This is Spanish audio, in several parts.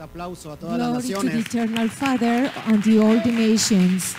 aplauso a todas las Glory to the naciones. eternal Father and the all the nations.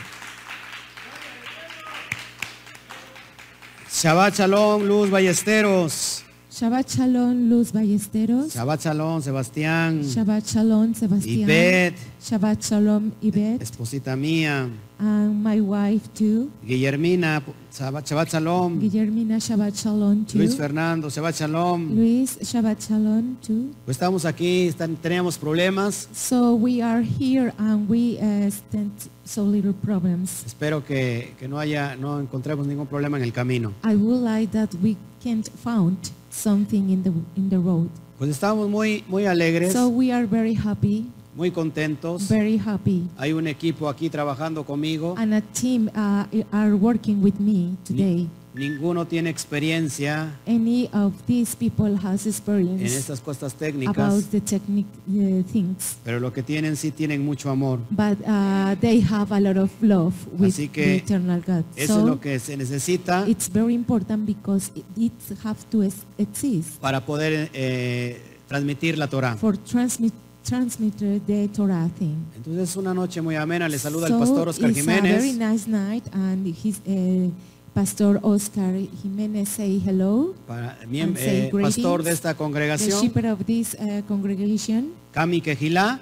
Shabbat Shalom, Luz Ballesteros. Shabbat Shalom, Luz Ballesteros. Shabbat Shalom, Sebastián. Shabbat Shalom, Sebastián. Ivette. Shabbat Shalom, Ivette. Esposita mía. And my wife too. Guillermina, Shabbat Shabbat Shalom. Guillermina, Shabbat Shalom too. Luis Fernando, Shabbat Shalom. Luis, Shabbat Shalom too. Pues estamos aquí, están- teníamos problemas. So we are here and we uh, stand so little problems. Espero que, que no haya, no encontremos ningún problema en el camino. I would like that we can't found something in the in the road. Pues estamos muy, muy alegres, So we are very happy, muy contentos. very happy. Hay un equipo aquí trabajando conmigo. And a team uh, are working with me today. Ninguno tiene experiencia Any of these people has en experience estas cosas about técnicas, the technique uh, things, pero lo que tienen sí tienen mucho amor. but uh, they have a lot of love with Así the que eternal God. Eso es so lo que se necesita it's very important because it, it have to es- exist para poder eh, transmitir la Torah. for transmit transmitter the Torah thing. Entonces es una noche muy amena. Les saluda so el pastor Oscar it's a very Jiménez. nice night, and his uh, pastor Oscar Jiménez say hello. para- miem- and say eh, pastor greetings. de esta The congregación, shepherd of this uh, congregation, Cami Quejilá,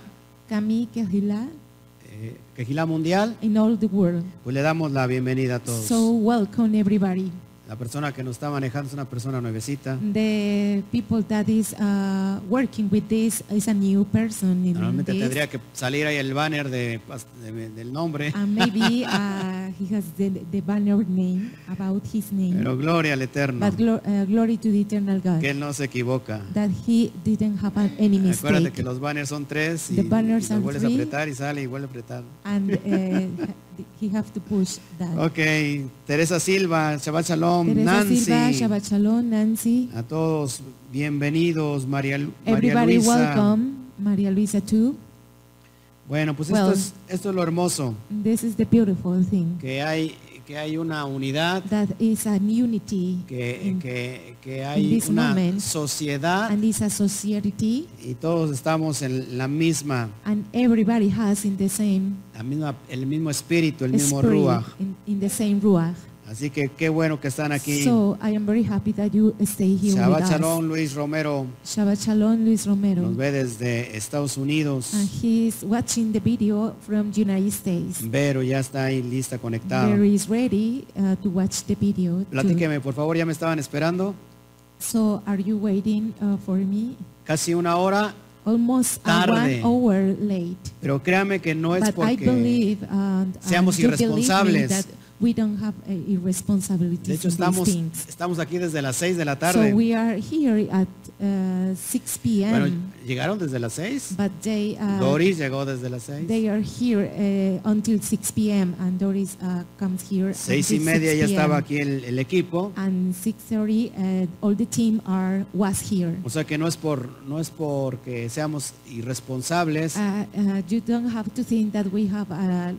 Kami Kehila, eh, Quejilá Mundial, in all the world. pues le damos la bienvenida a todos. So welcome everybody. la persona que nos está manejando es una persona nuevecita. The people that is uh, working with this is a new person in Normalmente this. Ah, tendría que salir ahí el banner de pas- de- del nombre, And maybe uh, he has the, the banner name about his name. pero gloria al Eterno, but glo- uh, glory to the eternal God que Él no se equivoca. that he didn't have an- any Acuérdate mistake. que los banners son tres y, Este, The y banners lo are vuelves three. a apretar y sale y vuelve a apretar. And uh, he have to push that. Ok, Teresa Silva, Shabbat Shalom, Teresa Nancy, Silva, Shabbat Shalom, Nancy. a todos bienvenidos, María, Lu- María Everybody Luisa. welcome. Maria Luisa too. Bueno, pues Well. esto, es, esto es lo hermoso, This is the beautiful thing. que hay, que hay una unidad, that is an unity que, in- que, que hay this una moment. sociedad and is a society y todos estamos en la misma, and everybody has in the same la misma el mismo espíritu, el mismo spirit, Ruach. in, in the same ruach. Así que qué bueno que están aquí. So I am very happy that you stay here Shabbat with Shalom, Luis Romero us. Shabbat Shalom, Luis Romero. nos ve desde Estados Unidos. And he is watching the video from United States. Vero ya está ahí lista, conectada. There is ready uh, to watch the video. too. Platíqueme, por favor, ya me estaban esperando. So are you waiting uh, for me? Casi una hora, Almost uh, Tarde. one hour late. pero créame que no es But I porque... believe, and, seamos and you believe me irresponsables. that we don't have uh, irresponsibilities De hecho, in these estamos, things. estamos aquí desde las 6 de la So tarde. we are here at uh, 6 p.m. Bueno, llegaron desde las 6. but they uh, Doris llegó desde las 6. they are here uh, until 6 p.m. and Doris uh, comes here. 6 y until media 6 ya p.m. estaba aquí el, el equipo. And 6:30, uh, all the team are was here. O sea que no es, por, no es porque seamos irresponsables, Uh, uh, you don't have to think that we have uh,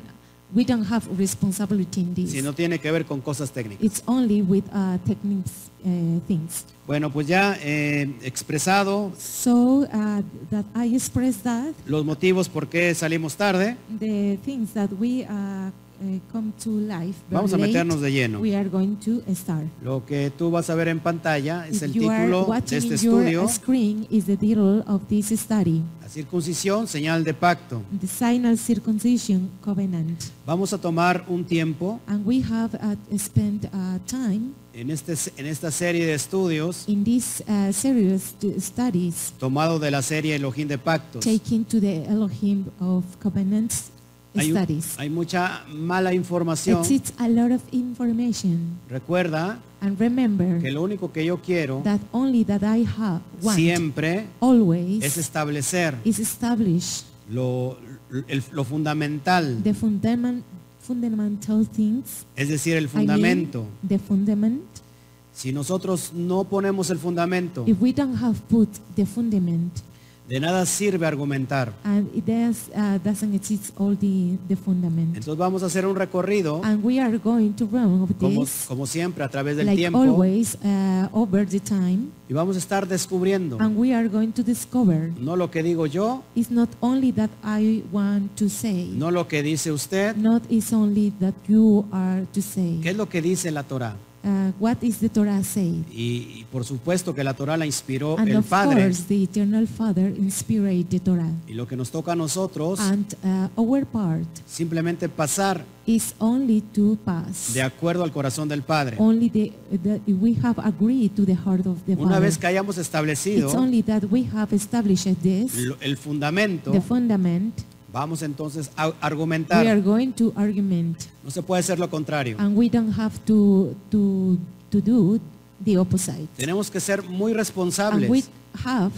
we don't have responsibility in this. sino tiene que ver con cosas técnicas. It's only with uh, techniques uh, things. Bueno, pues ya eh, expresado So uh, that I express that los motivos por qué salimos tarde, the things that we uh, uh, come to life. very vamos a late, meternos de lleno. We are going to start. Lo que tú vas a ver en pantalla es If el you are título de este watching in your estudio, screen is the title of this study, La circuncisión, señal de pacto. the sign of circumcision covenant, Vamos a tomar un tiempo and we have uh, spent uh, time en, este, en esta serie de estudios in this uh, serious t- studies tomado de la serie Elohim de Pactos. taking to the Elohim of covenants Hay, un- studies. hay mucha mala información. It's a lot of information, Recuerda and remember. que lo único que yo quiero that only that I have want siempre always es establecer is establish lo, el- lo fundamental, the fundament, fundamental things. es decir, el I mean, fundamento. the fundament. Si nosotros no ponemos el fundamento, If we don't have put the fundament, De nada sirve argumentar. and it does, uh, doesn't exist all the, the fundament. Entonces vamos a hacer un recorrido, And we are going to run of como, this, como siempre, a través del like tiempo. always, uh, over the time, Y vamos a estar descubriendo, and we are going to discover no lo que digo yo, it's not only that I want to say, no lo que dice usted, not it's only that you are to say. qué es lo que dice la Torah. Uh, what is the Torah say? Y, y por supuesto que la Torah la inspiró And el of Padre. course, the Eternal Father inspired the Torah. Y lo que nos toca a nosotros, And uh, our part simplemente pasar is only to pass. de acuerdo al corazón del Padre. Only the, the we have agreed to the heart of the Una Father. vez que hayamos establecido It's only that we have established this, lo- el fundamento, the fundament. vamos entonces a We are argumentar. going to argument, No se puede hacer lo contrario. and we don't have to to to do the opposite. Tenemos que ser muy And we responsables have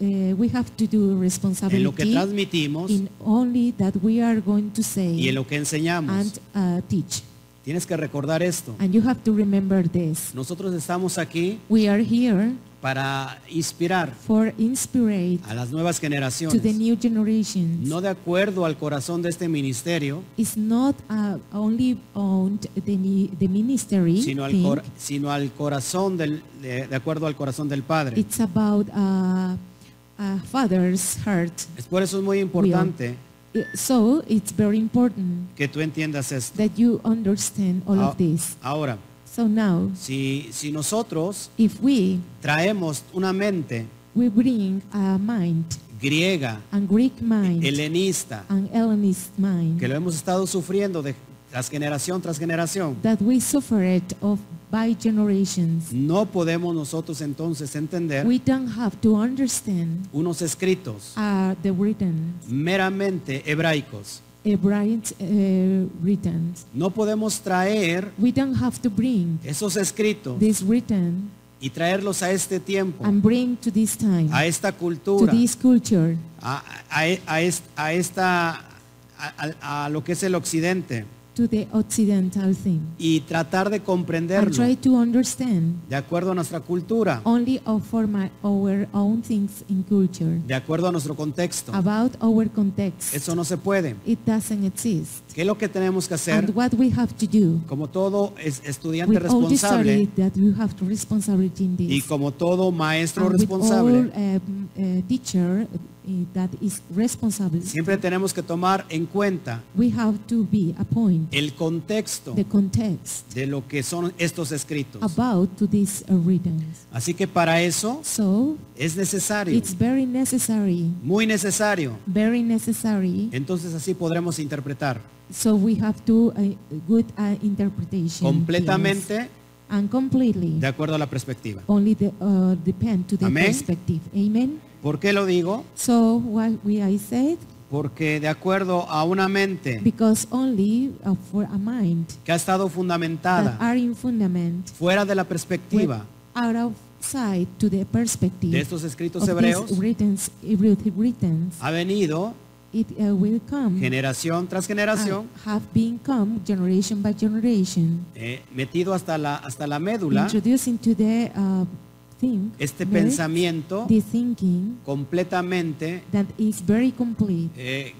uh, we have to do en lo que responsibility transmitimos in only that we are going to say y en lo que enseñamos. and uh, teach. Tienes que recordar esto. And you have to remember this. Nosotros estamos aquí We are here para inspirar for inspire a las nuevas to the generaciones, new generations. no de acuerdo al corazón de este ministerio, It's not uh, only on the, ni- the ministry sino al, thing. cor- sino al corazón del, de, de acuerdo al corazón del Padre. It's about uh, uh, father's heart. Es por eso es muy importante Uh, So it's very important que tú entiendas esto. that you understand all Ah- of this. Ahora, So now, si, si nosotros if we traemos una mente we bring a mind, griega, and Greek mind, helenista, and Hellenist mind, que lo hemos estado sufriendo de tras generación tras generación, that we suffered of by generations. no podemos nosotros entonces entender We don't have to understand unos escritos uh, the written, meramente hebraicos. Hebraic uh, written. No podemos traer We don't have to bring esos escritos this written y traerlos a este tiempo, and bring to this time, a esta to cultura, this culture, a, a- a es- a esta, a- a- a lo que es el occidente to the occidental thing, y tratar de and try comprenderlo to understand de acuerdo a nuestra cultura, only of forma our own things in culture, de acuerdo a nuestro contexto. about our context. Eso no se puede. It doesn't exist. ¿Qué es lo que tenemos que hacer? And what we have to do Como todo es- estudiante with all the study responsable that you have to responsibility in this. y como todo maestro And with all, responsable, um, uh, teacher uh, that is responsible, siempre tenemos que tomar en cuenta we have to be a point, el contexto the context de lo que son estos escritos. about to these uh, readings. Así que para eso So es necesario, it's very necessary, muy necesario. very necessary. Entonces así podremos interpretar So we have to uh, good uh, interpretation. yes. completamente and completely. de acuerdo a la perspectiva. Only the, uh, depend to the Amén. perspective. Amen. ¿Por qué lo digo? So what we I said, Porque de acuerdo a una mente because only uh, for a mind que ha estado that fundamentada are in fundament fuera de la went perspectiva out of sight to the perspective de estos escritos of hebreos, these writings, Hebrew writings, ha venido it uh, will come generación tras and generación, have been come generation by generation, eh, metido hasta la, hasta la médula, introducing to the uh, thing, este very- pensamiento the thinking completamente that is very complete, eh,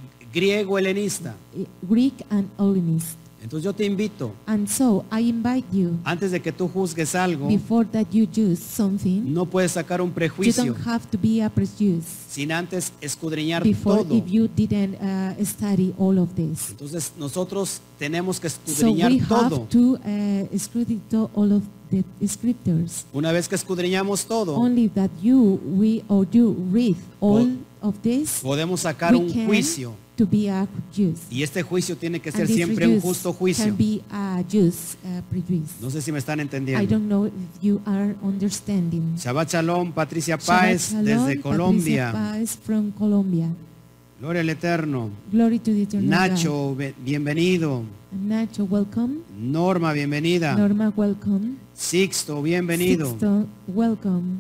griego-helenista. eh, Greek and Hellenist. Entonces yo te invito, And so I invite you, antes de que tú juzgues algo, before that you choose something, no puedes sacar un you prejuicio don't have to be a prejudice sin antes escudriñar before todo. if you didn't uh, study all of this. Entonces nosotros tenemos que So escudriñar we have todo. to uh, study to all of the scriptures. Una vez que escudriñamos todo, Only that you, we, or you read all Po- of this, podemos sacar we un can juicio. to be a Jews. Y este juicio tiene que ser And this siempre un prejudice justo juicio. Can be a Jews uh, prejudice. No sé si me están I entendiendo. don't know if you are understanding. Shabbat Shalom, Patricia Páez Shabbat shalom, desde Patricia Colombia. Páez from Colombia. Gloria al Eterno. Glory to the eternal God. Nacho, be- bienvenido. Nacho, welcome. Norma, bienvenida. Norma, welcome. Sixto, bienvenido. Sixto, welcome.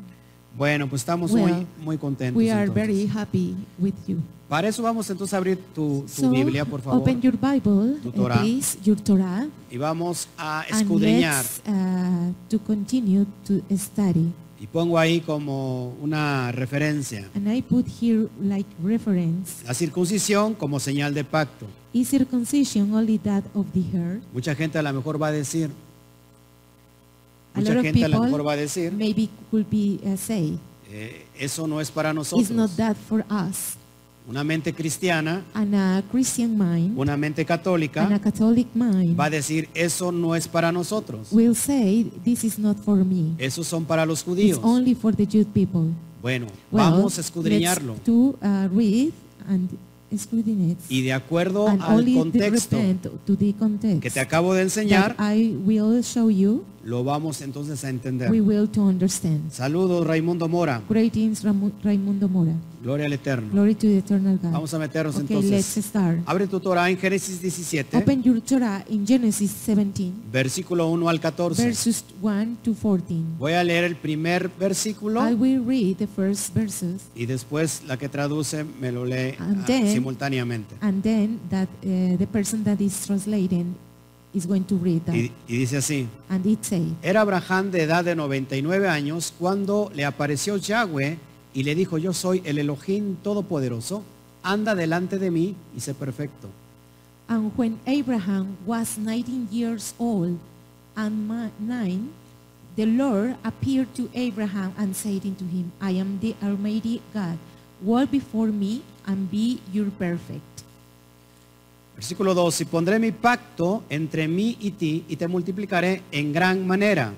Bueno, pues estamos Well, muy, muy contentos. We are entonces. very happy with you. Para eso vamos entonces a abrir tu, tu Biblia, por favor. open your Bible, Tu eh, Torah. please, your Torah, Y vamos a and escudriñar let's uh, to continue to study Y pongo ahí como una referencia. And I put here like reference La circuncisión como señal de pacto. is circumcision only that of the heart? Mucha gente a lo mejor va a decir, A mucha lot of gente a lo mejor va people a decir, maybe could be uh, say, eh, eso no es para it's not nosotros. that for us. Una mente cristiana, And a Christian mind una mente and a católica Catholic mind va a decir, eso no es para nosotros. will say, this is not for me. Esos son para los It's judíos. only for the Jewish people. Bueno, Well, vamos a let's escudriñarlo. to uh, read and scrutinize Y de acuerdo and al only the contexto repent to the context que te acabo de that enseñar, I will show you, lo vamos entonces a entender. we will to understand. Saludos Raimundo Mora, Greetings, Ramu- Raimundo Mora. gloria al Eterno. Glory to the eternal God. Vamos a meternos okay, entonces. let's start. Abre tu Torah en Génesis 17, Open your Torah in Genesis 17, versículo 1 al 14. verses 1 to 14. Voy a leer el primer versículo I will read the first verses y después la que traduce me lo lee And ah, then- simultáneamente. and then that uh, the person that is translating is going to read that. Y, y dice así, and it says, era Abraham de edad de 99 años cuando le apareció Yahweh y le dijo, yo soy el Elohim Todopoderoso, anda delante de mí y sé perfecto. And when Abraham was 19 years old and ma- nine, the Lord appeared to Abraham and said unto him, I am the Almighty God. Walk before me and be your perfect. Versículo 2, y pondré mi pacto entre mí y ti y te multiplicaré en gran manera.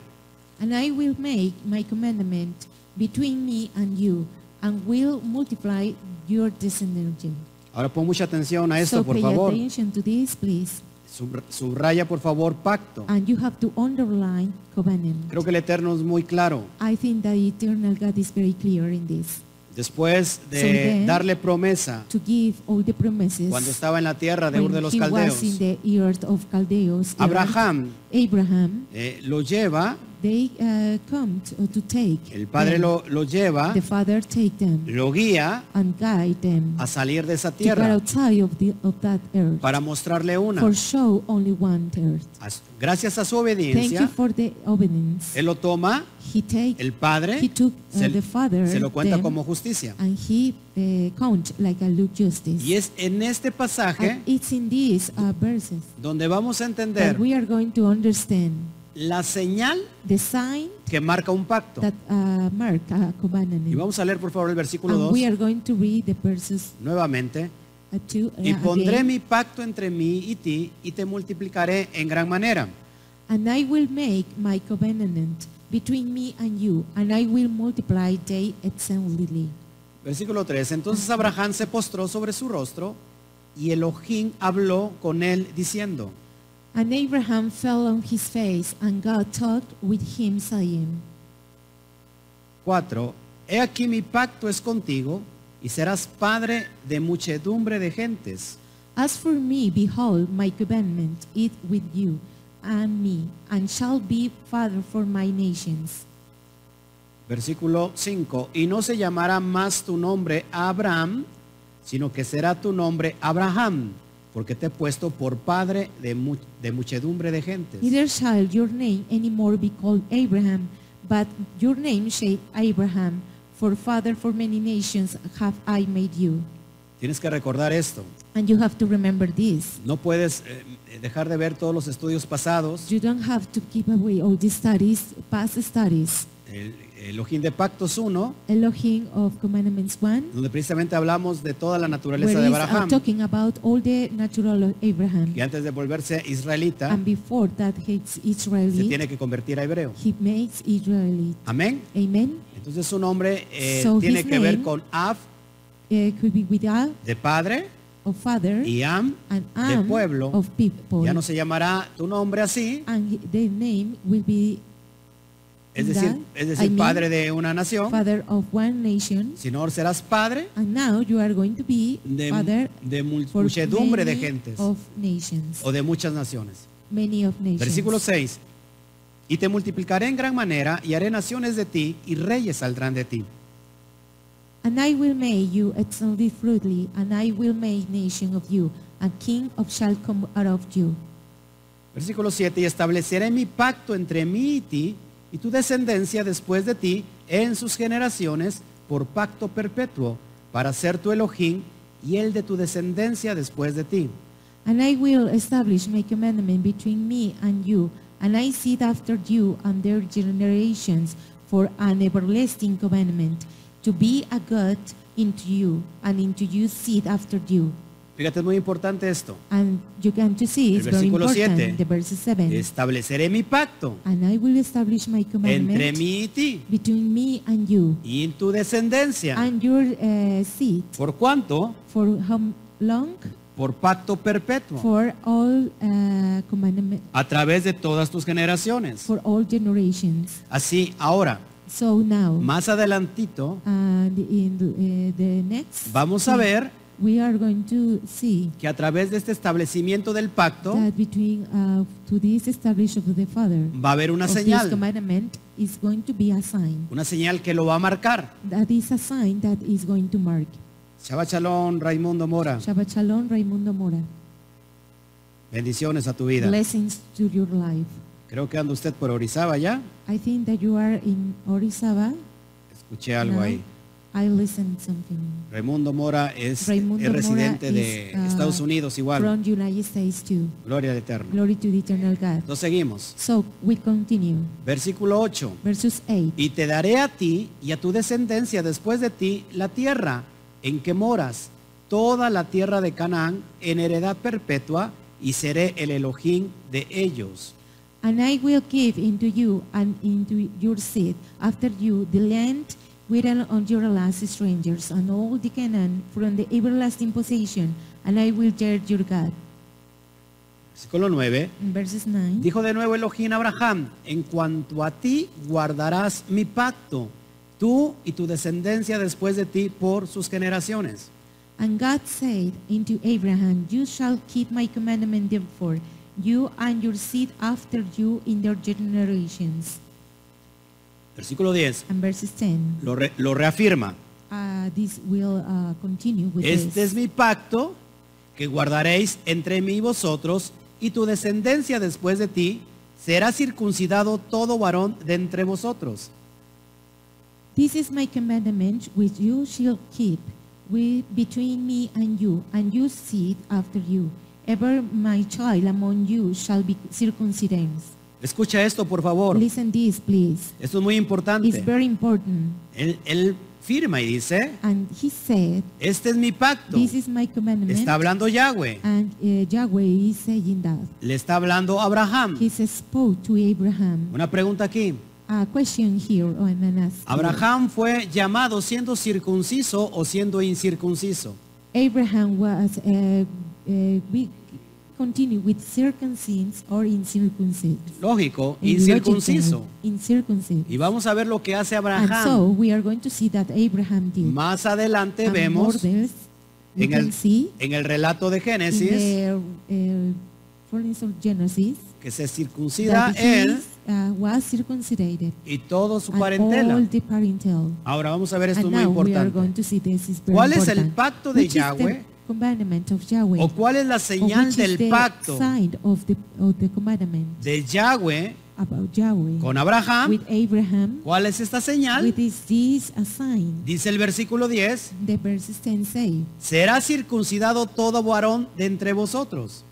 And I will make my commandment between me and you, and will multiply your descendants. Ahora pon mucha atención a esto, so por pay favor. attention to this, please. Sub- Subraya, por favor, pacto. And you have to underline covenant. Creo que el Eterno es muy claro. I think that eternal God is very clear in this. Después So de then- darle promesa to give all the promises cuando estaba en la tierra de Ur when de los he Caldeos, was in the earth of Chaldeos. earth. Abraham Abraham, eh, lo lleva, they uh, come to, to take. el Padre them. lo, lo lleva, the father take them lo guía and guide them a salir de esa to get tierra outside of, the, of that earth para mostrarle una. for show only one earth. As- Gracias a su Thank you obediencia, for the obedience. él lo toma, He take, el Padre he took uh, se- the father se lo cuenta them, como justicia. and he uh, count like a look justice. Y es en este pasaje And it's in these uh, verses donde vamos a that entender we are going to understand la señal the sign que marca un pacto. that uh, mark a covenant. Y vamos a leer por favor el versículo and 2 we are going to read the verses nuevamente. uh, two, uh, Y pondré again. mi pacto entre mí y ti y te multiplicaré en gran manera. And I will make my covenant between me and you, and I will multiply they exceedingly. Versículo 3. Entonces Abraham se postró sobre su rostro y Elohim habló con él diciendo, And Abraham fell on his face, and God talked with him, saying, 4. He aquí mi pacto es contigo y serás padre de muchedumbre de gentes. As for me, behold, my covenant is with you and me, and shall be father for my nations. Versículo 5. Y no se llamará más tu nombre Abraham, sino que será tu nombre Abraham, porque te he puesto por padre de, mu- de muchedumbre de gentes. Neither shall your name anymore be called Abraham, but your name shall Abraham, for father for many nations have I made you. Tienes que recordar esto. And you have to remember this. No puedes eh, dejar de ver todos los estudios pasados. You don't have to keep away all the studies, past studies. El Elohim de Pactos 1, Elohim of Commandments 1, donde precisamente hablamos de toda la where is naturaleza de uh, Abraham, talking about all the natural of Abraham. que antes de volverse israelita, And before that, he's se Israeli. tiene que convertir a hebreo. He makes Israeli. Amén. Amen. Entonces su nombre eh, So tiene his que ver name- con Av It Eh, could be with a de padre or father y Am Hmm? and de am pueblo, of people. Ya no se llamará tu nombre así, and he- their name will be es decir, that, es I decir, mean, padre de una nación, father of one nation. sino serás padre And now you are going to be de, father de mul- for muchedumbre de many gentes of nations. o de muchas naciones. many of nations. Versículo 6. Y te multiplicaré en gran manera y haré naciones de ti y reyes saldrán de ti. And I will make you exceedingly fruitfully, and I will make nation of you, and king of shall come out of you. Versículo 7. Y estableceré mi pacto entre mí y ti y tu descendencia después de ti en sus generaciones por pacto perpetuo, para ser tu Elohim y el de tu descendencia después de ti. And I will establish my commandment between me and you, and I sit after you and their generations for an everlasting commandment, to be a God into you, and into you seed after you. Fíjate, es muy importante esto. And you can to see it's El very versículo important, siete. the verse 7. Estableceré mi pacto And I will establish my commandment entre mí y ti between me and you, y en tu descendencia. and your uh, seed, ¿Por cuánto? for how long? Por pacto perpetuo. For all uh, commandment, A través de todas tus generaciones. for all generations. Así, ahora, So now, más adelantito, and in the, uh, the next, vamos a ver we are going to see que a través de este establecimiento del pacto that between uh, to this establishment of the Father, va a haber una of this señal. commandment is going to be a sign. Una señal que lo va a marcar. That is a sign that is going to mark. Shabbat Shalom, Raimundo Mora. Shabbat Shalom, Raimundo Mora. Bendiciones a tu vida. Blessings to your life. Creo que anda usted por Orizaba ya. I think that you are in Orizaba. Escuché algo now. ahí. I listened something Raimundo Mora es, Raimundo es residente Mora de is, ah, Estados Unidos igual. from United States too. Gloria al Eterno. Glory to the eternal God. Entonces seguimos. So we continue. Versículo 8. Verses 8. Y te daré a ti y a tu descendencia después de ti la tierra en que moras, toda la tierra de Canaán en heredad perpetua, y seré el Elohim de ellos. And I will give into you and into your seed after you the land wherein on your last strangers and all the Canaan from the everlasting possession, and I will judge your God. Versículo 9. In verses 9. Dijo de nuevo Elohim a Abraham, en cuanto a ti guardarás mi pacto, tú y tu descendencia después de ti por sus generaciones. And God said unto Abraham, You shall keep my commandment therefore, you and your seed after you in their generations. Versículo 10. And verses 10. Lo, re- lo reafirma. Uh, this will uh, continue with Este this. es mi pacto que guardaréis entre mí y vosotros y tu descendencia después de ti será circuncidado todo varón de entre vosotros. This is my commandment which you shall keep with, between me and you, and your seed after you. Ever my child among you shall be circumcised. Escucha esto, por favor. Listen this, please. Esto es muy It's importante. very important. Él, él firma y dice, And he said, este es mi pacto. This is my commandment. Está hablando Yahweh. And uh, Yahweh is saying that. Le está hablando Abraham. He says, spoke to Abraham. Una pregunta aquí. A question here on an ask. ¿Abraham fue llamado siendo circunciso o siendo incircunciso? Abraham was, uh, uh, we continue with circumcised or incircumcised. Lógico, In incircunciso. logical, Incircumcised. Y vamos a ver lo que hace And Abraham. so we are going to see that Abraham did. Más adelante And more vemos than this, we en el, can see en el relato de in Génesis the uh, fullness of Genesis que se circuncida that he él uh, was circumcised. y todo su and all parentela. the parental. Ahora vamos a ver esto And muy now we are going importante. to see this is very ¿Cuál es el important. pacto de Which is the Yahweh? commandment of Yahweh? ¿O cuál es la Or señal which is del the pacto sign of the, of the commandment de Yahweh about Yahweh con Abraham? with Abraham? ¿Cuál es esta señal? With is this a sign? Dice el versículo 10, The verses 10 say, será circuncidado todo varón de entre vosotros.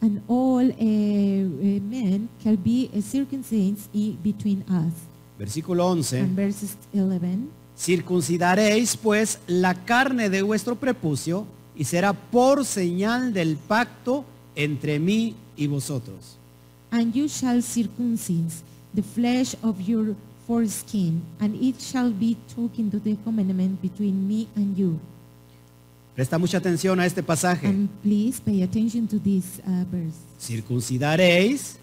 and all uh, uh, men can be a circumcised i- between us. Versículo 11, And verses 11, Circuncidaréis pues la carne de vuestro prepucio y será por señal del pacto entre mí y vosotros. And you shall circumcise the flesh of your foreskin, and it shall be token to the commandment between me and you. Presta mucha atención a este pasaje. And please pay attention to this uh, verse. Circuncidaréis,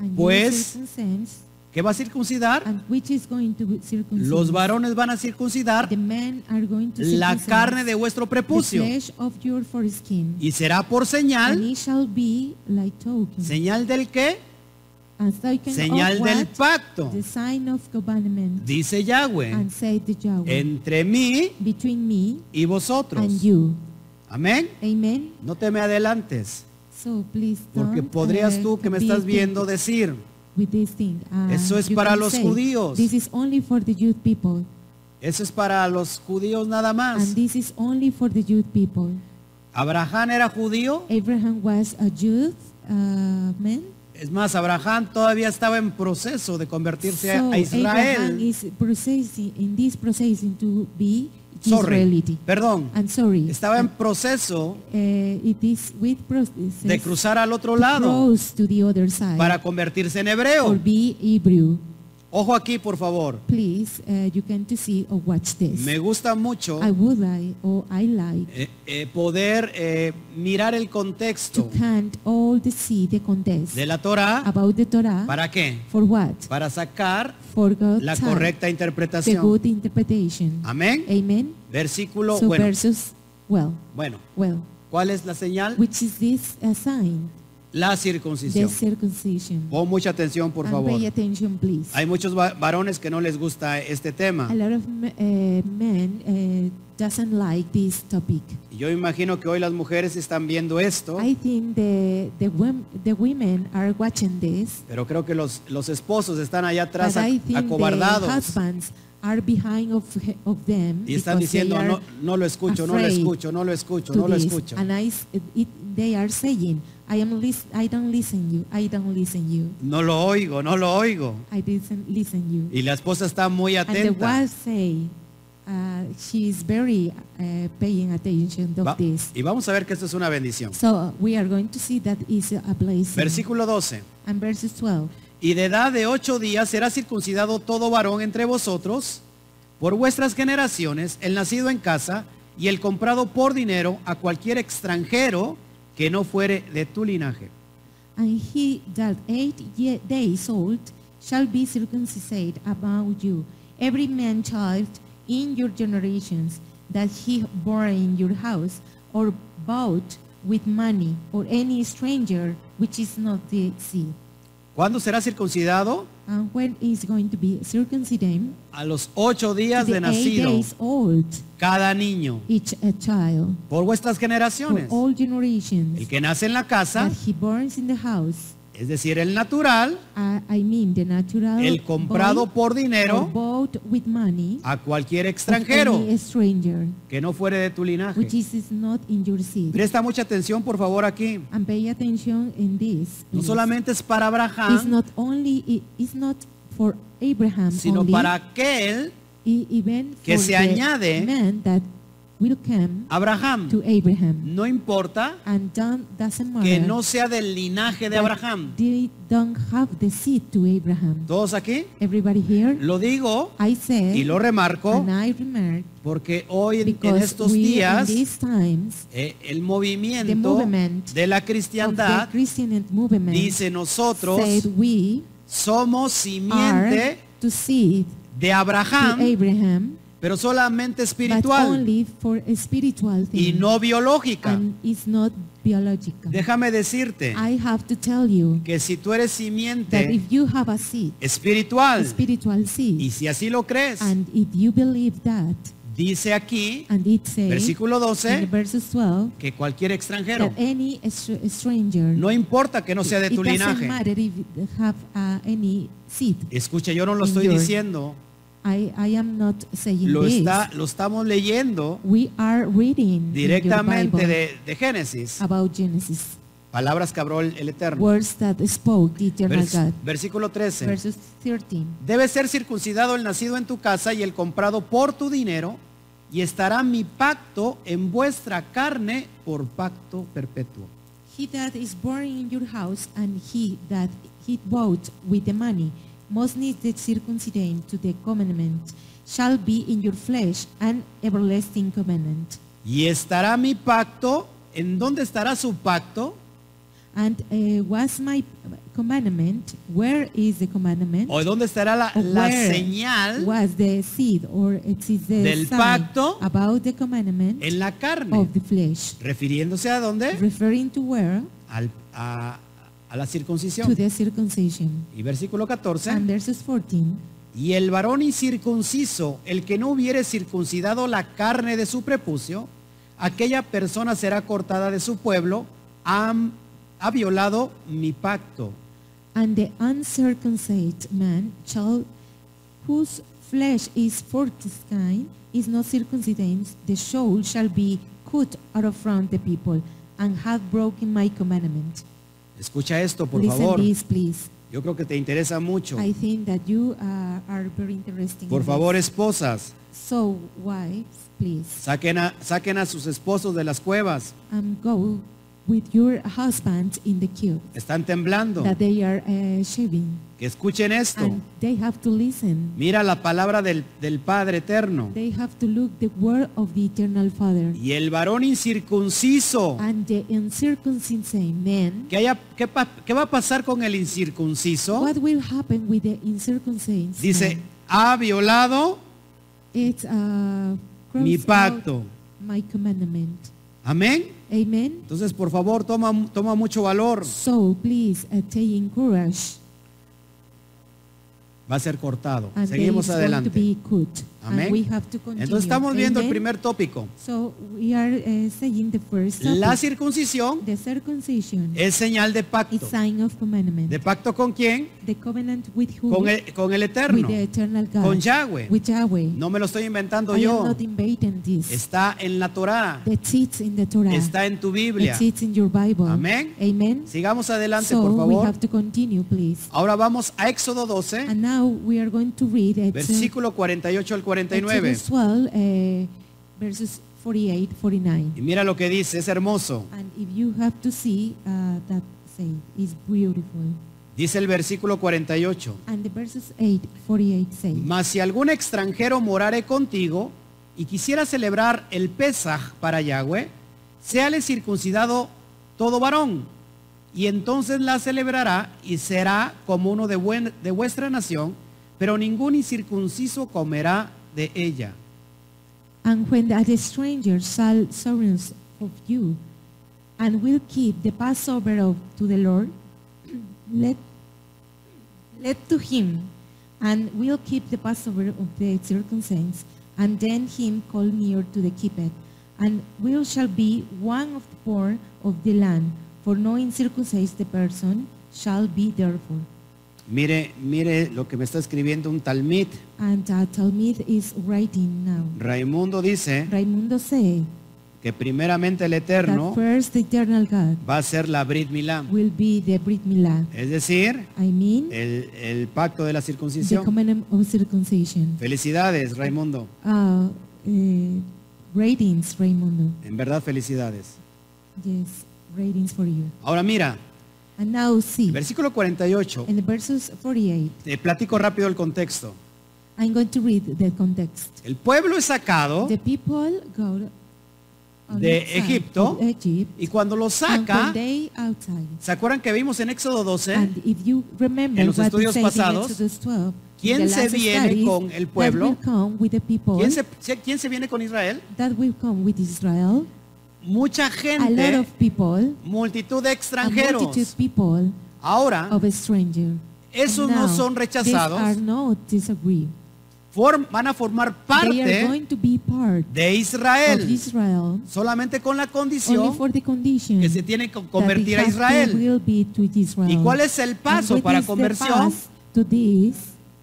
And you Pues- circumcise, ¿qué va a circuncidar? and which is going to be circumcised? Los varones van a circuncidar The men are going to la circumcise carne de vuestro the prepucio flesh of your foreskin, y será por and señal, it shall be like token. señal del qué? As token Señal of del what? pacto, The sign of commandment, dice Yahweh, and say the Yahweh entre mí between me y vosotros. and you. Amén. Amen. No te me adelantes. So please Porque don't, podrías uh, tú que me be estás offended. viendo decir, with this thing. Uh, Eso es you para can los say, judíos. This is only for the Jewish people. Eso es para los judíos nada And más. this is only for the Jewish people. Abraham era judío. Abraham was a Jew uh, man. Es más, Abraham todavía estaba en proceso de convertirse so a Abraham Israel. is processing, in this processing to be Sorry, Israelity. perdón. I'm sorry. Estaba en proceso Eh, it is with process de cruzar al otro to lado cross to the other side para convertirse en or hebreo. be Hebrew. Ojo aquí, por favor. Please, uh, you can to see or watch this. Me gusta mucho I would like or I like eh, eh, poder eh, mirar el to contexto count all the see the contest de la Torah. about the Torah ¿Para qué? for what? Para sacar For God's la time, correcta the interpretación. good interpretation. Amén. Amen. Versículo, so bueno, versus well, bueno, well, ¿cuál es la señal? which is this a sign? La The circuncisión. circumcision. Pon mucha atención, por and favor. pay attention, please. Hay muchos va- varones que no les gusta este tema. A lot of m- eh, men uh, doesn't like this topic. Y Yo imagino que hoy las mujeres están viendo esto, I think the the, wom- the women are watching this, pero creo que los, los esposos están allá atrás but ac- I think the acobardados husbands are behind of he- of them y están because they diciendo, are no, no lo escucho, no lo afraid escucho, no lo escucho, to no lo this, escucho. and I s- it, they are saying, I am lis- I don't listen you, I don't listen you, No lo oigo, no lo oigo. I didn't listen you. Y la esposa está muy And the atenta. wife say, uh, she is very uh, paying attention of Va- this. y vamos a ver que esto es una bendición. So we are going to see that is a blessing. Versículo 12. And verses 12. Y de edad de ocho días será circuncidado todo varón entre vosotros por vuestras generaciones, el nacido en casa y el comprado por dinero a cualquier extranjero que no fuere de tu linaje. And he that eight ye- days old shall be circumcised among you, every man child in your generations, that he born in your house, or bought with money, or any stranger which is not the sea. ¿Cuándo será circuncidado? And when is going to be circumcised? A los ocho días The de eight nacido days old, cada niño each a child, por vuestras for generaciones. all El generations, que nace en la casa, that he burns in the house, es decir, el natural, I I mean the natural el comprado born, por or dinero bought with money a cualquier of extranjero any stranger que no fuere de tu which linaje. is, is not in your seed Presta mucha atención, por favor, aquí. and pay attention in this No please. solamente es para it's Abraham, not only i- it's not for Abraham sino only para aquel e- even que for se the añade man that will come Abraham. to Abraham No importa and don't, doesn't matter que no sea del linaje de that Abraham. they don't have the seed to Abraham Todos aquí everybody here lo digo I said y lo remarco and I remark porque hoy en- en because estos we días in these times eh, el the movimiento movement de la of the cristiandad Christian movement dice nosotros said we somos are simiente to see de to Abraham, Abraham pero solamente but espiritual only for a spiritual thing y no biológica. and it's not biological Déjame decirte I have to tell you que si tú eres that simiente if you have a seed a espiritual. spiritual Y seed si así lo crees, and if you believe that dice aquí, and it says versículo in 12, verses 12 que cualquier extranjero, that any str- stranger no importa que no sea de it tu doesn't linaje. matter if you have uh, any seed Escucha, yo no lo in estoy your- diciendo, I, I am not saying lo, this. está, lo estamos leyendo We are reading in your directamente Bible Ah. de, de Génesis, about Genesis, palabras que habló el, el Eterno. words that spoke the eternal Vers- God. versículo 13. Verses 13. Debe ser circuncidado el nacido en tu casa y el comprado por tu dinero, y estará mi pacto en vuestra carne por pacto perpetuo. He that is born in your house and he that he bought with the money must need the circumcision to the commandment shall be in your flesh an everlasting commandment. Y estará mi pacto. ¿En dónde estará su pacto? And uh, was my commandment, where is the commandment? ¿O dónde estará la, la Where señal was the seed or it is the Del sign pacto about the commandment en la carne? of the flesh Refiriéndose a dónde? referring to where Al- a, a la to circuncisión. the circumcision Y versículo and 14. verses 14 Y el varón incircunciso, el que no hubiere circuncidado la carne de su prepucio, aquella persona será cortada de su pueblo, ha, ha violado mi pacto. And the uncircumcised man shall, whose flesh is foreskin, is not circumcised, the soul shall be cut out of from the people, and hath broken my commandment. Escucha esto, por Listen favor. this, please. Yo creo que te interesa mucho. I think that you uh, are very interesting. Por in favor, this. esposas, So, wives, please, saquen a, saquen a sus esposos de las cuevas. um, go with your husband in the queue Están temblando. that they are uh, shaving, Que escuchen esto. and they have to listen. Mira la palabra del, del Padre Eterno. They have to look the word of the eternal Father. Y el varón incircunciso. And the uncircumcised man, ¿Qué, haya- qué pa- qué va a pasar con el incircunciso? what will happen with the uncircumcised? Dice, man? ha violado. it's uh, cross Mi out pacto. my commandment. Amén. Amen. Entonces, por favor, toma, toma mucho valor. So please uh, take in courage, Va a ser cortado. and there is Seguimos going to adelante. be good. And we Amén. have to continue. Entonces estamos viendo el Amen. primer tópico. So we are uh, saying the first topic, La circuncisión the circumcision es señal de is pacto. sign of commandment. ¿De pacto con quién? the covenant with whom? Con el, con el with Eterno. the eternal God. Con Yahweh. With Yahweh. No me lo estoy inventando I am yo. not invading this. Está en la Torá. The teach in the Torah. Está en tu The Biblia. teach in your Bible. Amén. Amen. Sigamos adelante, so por we favor. have to continue, please. Ahora vamos a Éxodo 12, And now we are going to read at uh, versículo 48 al 49. Exodus 12, uh, verses 48, 49. Y mira lo que dice, es hermoso. And if you have to see uh, that say is beautiful. Dice el versículo 48. And the verses 8, 48 say, Mas si algún extranjero morare contigo y quisiera celebrar el Pesaj para Yahweh, séale circuncidado todo varón, y entonces la celebrará y será como uno de, buen- de vuestra nación, pero ningún incircunciso comerá de ella. And when a stranger shall sovereigns of you, and will keep the Passover of, to the Lord, let, let to him, and will keep the Passover of the circumstance, and then him call near to the keeper, and will shall be one of the poor of the land, for no incircumcised person shall be therefore. Mire, mire lo que me está escribiendo un Talmid. And uh, Talmud is writing now. Raimundo dice Raimundo say que primeramente el that Eterno first the eternal God va a ser la Brit Milá, will be the Brit Milah. es decir, I mean, el, el pacto de la the circuncisión. covenant of circumcision. Felicidades, Raimundo. Uh, uh, ratings, Raimundo. En verdad, felicidades. Yes, ratings for you. Ahora mira, And now see, el versículo 48, in the verses 48, te platico rápido el contexto. I'm going to read the context. El pueblo es sacado The people go on De outside Egipto, of Egypt, y cuando lo and when saca, they outside. ¿se acuerdan que vimos en Éxodo 12? And if you remember En los what we estudios said in pasados, Exodus 12, ¿quién in the se last viene studies, con el that pueblo? will come with the people, ¿Quién se, se- quién se viene con Israel? that will come with Israel, Mucha a lot gente, of people, multitud de A multitude extranjeros. of people Ahora, of a stranger. esos And no now, son rechazados, These are not disagree. form- van a formar they are parte going to be part de of Israel, Israel solamente con la only condición for the condition que se tiene que that they convertir a have to Israel. will be to Israel. ¿Y cuál es el paso And what para is the conversión? path to this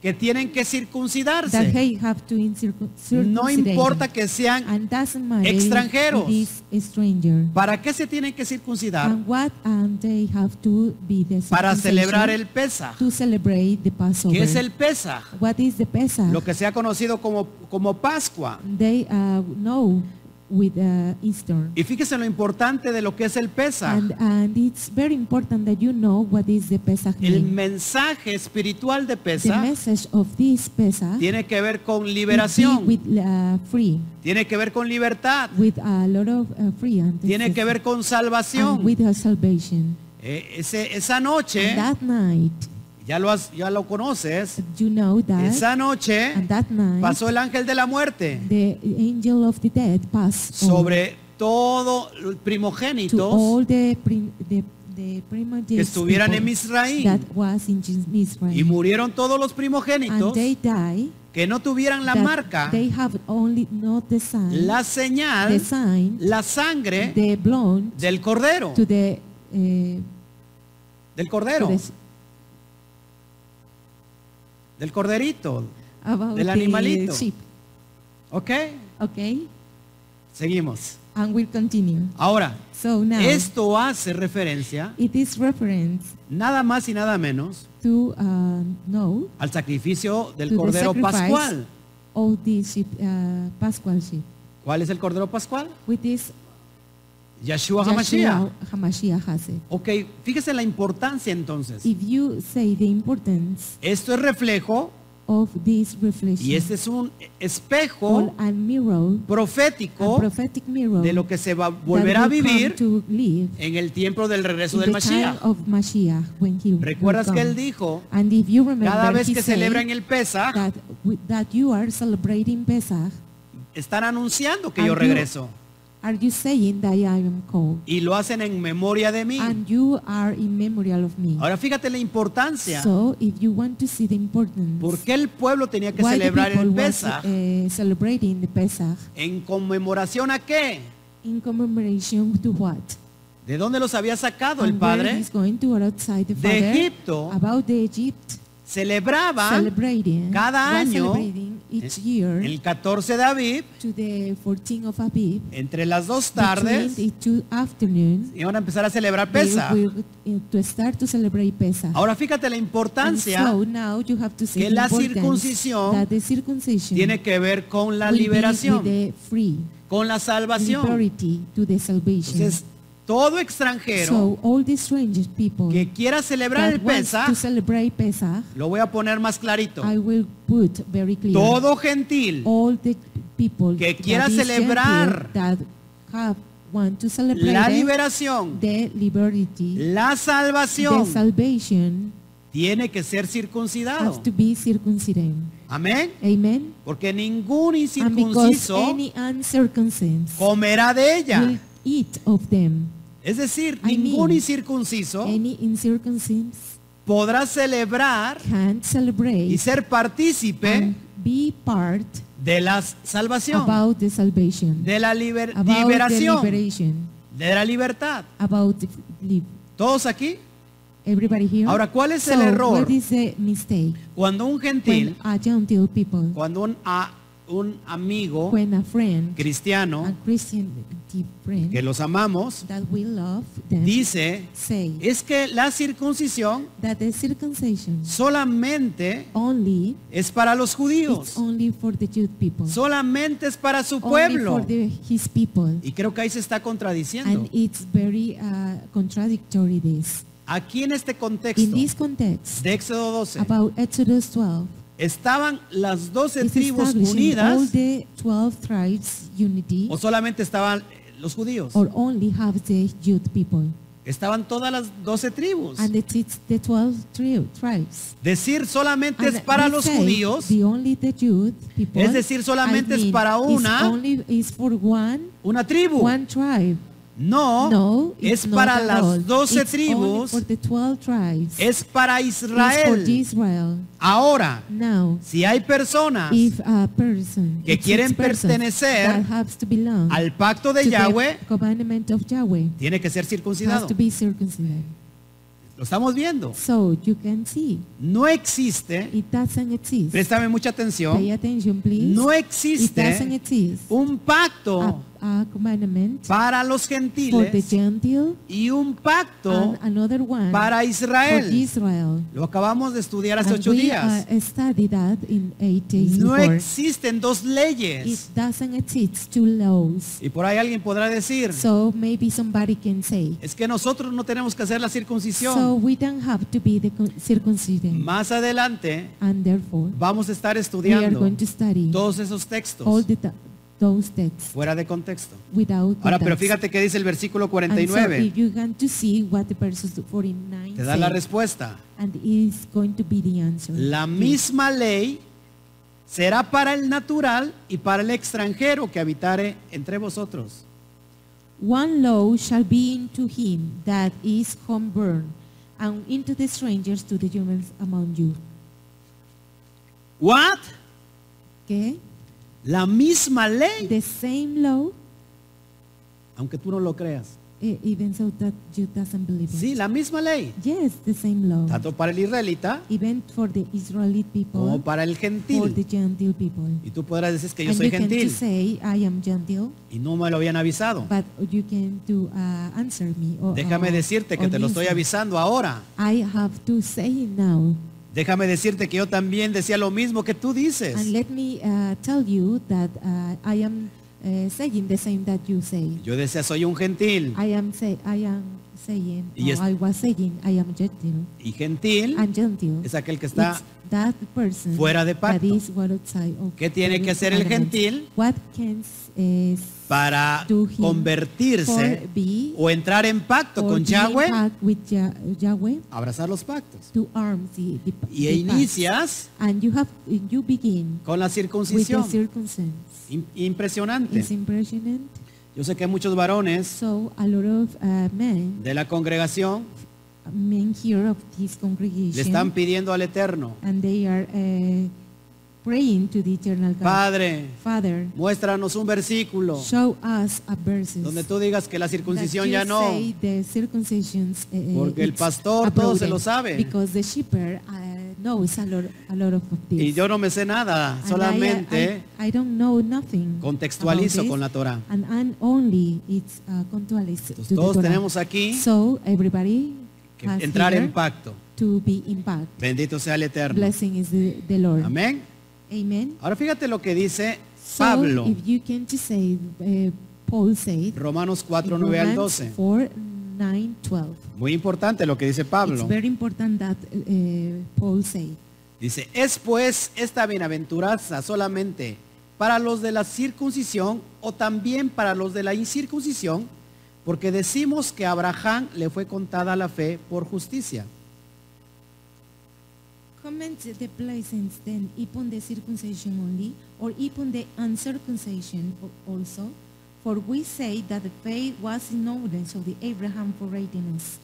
Que tienen que that circuncidarse. they have to incircum- No circumcidate. importa que sean. and doesn't matter if extranjeros. it is a stranger. ¿Para qué se tienen que circuncidar? And what and they have to be the Para celebrar circumcision el Pesaj. to celebrate the Passover. ¿Qué es el Pesaj? What is the Pesach? Lo que se ha conocido como, como Pascua. they uh, know with uh, Easter. Y fíjese lo importante de lo que es el Pesaj. And, and it's very important that you know what is the Pesach El mean. mensaje espiritual de The Pesaj message of this Pesach tiene que ver con is be liberación, with uh, free, tiene que ver con libertad, with a lot of uh, free and, tiene que ver con and salvación. with her salvation. Eh, ese- esa And noche, that night, ya lo, has- ya lo conoces, you know that, esa noche and that night, pasó el ángel de la muerte the angel of the dead passed on sobre todo Mm. to all primogénitos the, prim, the, the que primogenitus estuvieran en people Israel that was in Jis- Israel. y murieron todos los and primogénitos they die que no tuvieran la that marca, they have only not the sign la the señal, sign la sangre the blood del cordero, to the, uh, del to cordero. the del corderito. about Del the animalito. sheep. ¿Ok? Okay? Seguimos. And we'll continue. Ahora, So now esto hace referencia it is reference nada más y nada menos to uh, know al sacrificio del to the cordero sacrifice pascual. of the sheep, uh, Pascual sheep, ¿Cuál es el cordero pascual? which is Yeshua HaMashiach. Yeshua HaMashiach has it. Ok, fíjese la importancia entonces. If you say the importance Esto es reflejo of this reflection y este es un espejo or a mirror, a profético prophetic mirror de lo que se va, volverá a that will come vivir to live en el tiempo del regreso in del the time Mashiach. of Mashiach when he will ¿Recuerdas que come. él dijo, And if you remember, cada vez he que said celebran el Pesaj, that, we- that you are celebrating Pesach, están anunciando que yo and you- regreso are you saying that I am called? y lo hacen en memoria de mí. And you are in memorial of me. Ahora fíjate la importancia. So if you want to see the importance, ¿Por qué el pueblo tenía que why the celebrar el people was, Pesaj? eh, celebrating the Pesach ¿En conmemoración a qué? in commemoration to what? ¿De dónde los había sacado el And where Padre? he's going to or outside the De Father, Egipto, about the Egypt Celebraba celebrating cada was año, celebrating each year el 14 de Aviv, to the 14th of Abib entre las dos between tardes, the two afternoons iban a empezar a celebrar they Pesaj. will, eh, to start to celebrate Pesach. Ahora fíjate la And importancia so now you have to see que the la importance circuncisión that the circumcision tiene que ver con la will be with liberación, the free con la salvación. liberty to the salvation. Entonces, todo extranjero so all the strangers people que quiera celebrar that el wants Pesaj, to celebrate Pesach, lo voy a poner más clarito. I will put very clear Todo gentil all the people que that quiera is celebrar gentle that have want to celebrate la liberación, the liberty, la the salvación, salvation tiene que ser has circuncidado. to be circumcised. Amén. Amen. Porque ningún And because incircunciso any uncircumcised comerá de will ella. eat of them, Es decir, I ningún mean, incircunciso any uncircumcised podrá celebrar can y celebrate ser partícipe and be part de la salvación, about the salvation, de la liber- about the liberación, liberation, de la libertad. about the li- ¿Todos aquí? everybody here. Ahora, ¿cuál es so, el error? What is the mistake Cuando un when gentil, a gentile people, cuando un, a- un amigo when a friend, a cristiano, Christian deep friend que los amamos, that we love them dice, say es que la circuncisión that the circumcision solamente only es para los judíos, It's only for the Jude people. solamente es para su only for pueblo. the, his people. Y creo que ahí se está contradiciendo. And it's very uh, contradictory this. Aquí en este In contexto this context, de Éxodo 12, about Exodus 12, ¿estaban las 12 it's tribus establishing all unidas the 12 tribes unity o solamente estaban eh, los judíos? or only have the Jude people. Estaban todas las 12 tribus. And it is the 12 tri- tribes. Decir solamente es And para we los say judíos, The only the Jude people, Es decir, solamente I es mean, para it's una- only is for one, una tribu. one tribe. No, No, es it's not para at all. las 12 It's only tribus, for the 12 tribes. es para It's for Israel. Israel. Ahora, Now, si hay personas if a person, que if each quieren person pertenecer that has to belong al pacto to de Yahweh, the commandment of Yahweh, tiene que ser has circuncidado. to be circumcised. Lo estamos viendo. So you can see No existe it doesn't exist. Préstame mucha Pay atención. attention, please. No it doesn't existe exist. un A, pacto a commandment para los for the gentiles Gentile y un pacto and another one para for Israel. Israel. Lo acabamos de estudiar hace And ocho Pues we días. uh, studied that in eight days No before. existen dos It leyes. doesn't exist two laws. Y por ahí alguien podrá decir, So maybe somebody can say, es que nosotros no tenemos que hacer la so circuncisión. we don't have to be the con- circumcision. Más adelante And therefore, vamos a estar we are estudiando going to study todos esos all textos the ta- those texts fuera de contexto. without Ahora, the pero text. fíjate que dice el versículo And so 49. if you want to see what the verses 49 Te da la say, respuesta. and is going to be the answer. La misma ley será para el natural y para el extranjero que habitare entre vosotros. One law shall be into him that is homeborn, and into the strangers to the humans among you. What? Okay? La misma ley, The same law aunque tú no lo creas. e- even so that you doesn't believe it. Sí, la misma ley. Yes, the same law. Tanto para el israelita Even for the Israelite people, como para el for the gentil. Gentile people. Y tú podrás decir que yo and soy you can gentil. just say, I am Gentile, Y no me lo habían avisado. but you can do uh, answer me. Or, Déjame or- decirte que or te lo estoy listen. avisando ahora. I have to say it now. Déjame decirte que yo también decía lo mismo que tú And dices. let me uh, tell you that uh, I am uh, saying the same that you say. Yo decía, soy un gentil. I am say I am saying. Y es- or I was saying I am gentile. Y gentil I'm gentile. es aquel que está It's that person fuera de that pacto. is what outside of ¿Qué tiene que hacer el covenant. gentil? What can eh, para do him convertirse for be o entrar en pacto or con be in Yahweh, pact with Jah- Yahweh abrazar los pactos. to arm the, the, Y e the pact. inicias and you have you begin con la with the circuncisión. circumstance. Im- Impresionante. It's impressionant. Yo sé que muchos varones So a lot of uh, men, de la congregación men here of this le congregation, están pidiendo al Eterno, and they are uh, praying to the eternal God. Padre, Father, muéstranos un versículo show us a verses donde tú digas que la that circuncisión you ya no. say the circumcisions, uh, uh, Porque el it's pastor todo se applauded, lo sabe. Because the shepherd uh, knows a lot, a lot of this. Y yo no me sé nada, And I- solamente I, I don't know nothing contextualizo about con la this, Torah. And I'm only it's uh, contextualiz- to Entonces, the todos Torah. tenemos aquí So everybody que has entrar here en pacto. to be in pact. Bendito sea el Eterno. Blessing is the, the Lord. Amén. Amen. Ahora fíjate lo que dice So Pablo, if you can just say, uh, Paul said, Romanos 4, in 9 al Romans 12. 4, 9, 12. Muy importante lo que dice It's Pablo. very important that uh, Paul said. Dice, es pues esta bienaventuranza solamente para los de la circuncisión o también para los de la incircuncisión, porque decimos que a Abraham le fue contada la fe por justicia. Comment the blessings then upon the circumcision only, or upon the uncircumcision al- also, for we say that the faith was in order of the Abraham for righteousness.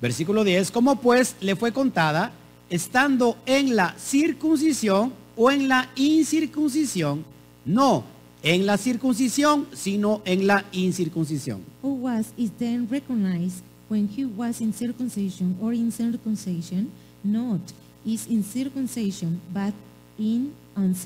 Versículo 10, ¿cómo pues le fue contada estando en la circuncisión o en la incircuncisión? No, en la circuncisión, sino en la incircuncisión. Who was is then recognized when he was in circumcision or in circumcision, not is in circumcision, but in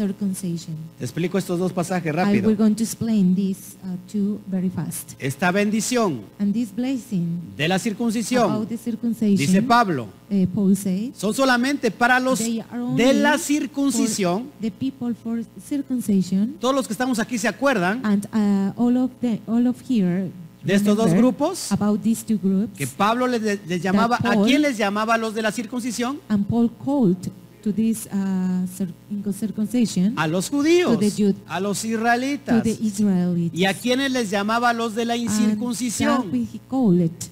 uncircumcision. Te explico estos dos pasajes I will rápido. going to explain these uh, two very fast. Esta bendición And this blessing de la about circuncisión, the circumcision, dice Pablo, uh, Paul said, son solamente para los They are de la only circuncisión. for the people for circumcision Todos los que estamos aquí se acuerdan and uh, all of the all of here de estos dos remember grupos about these two groups que Pablo les, les llamaba, ¿a Paul- quién les llamaba a los de la circuncisión? and Paul called to this uh, cir- circumcision A los judíos, To the Jew- a los to israelitas. the Israelites ¿Y a quienes les llamaba a los de la and that incircuncisión? he called it to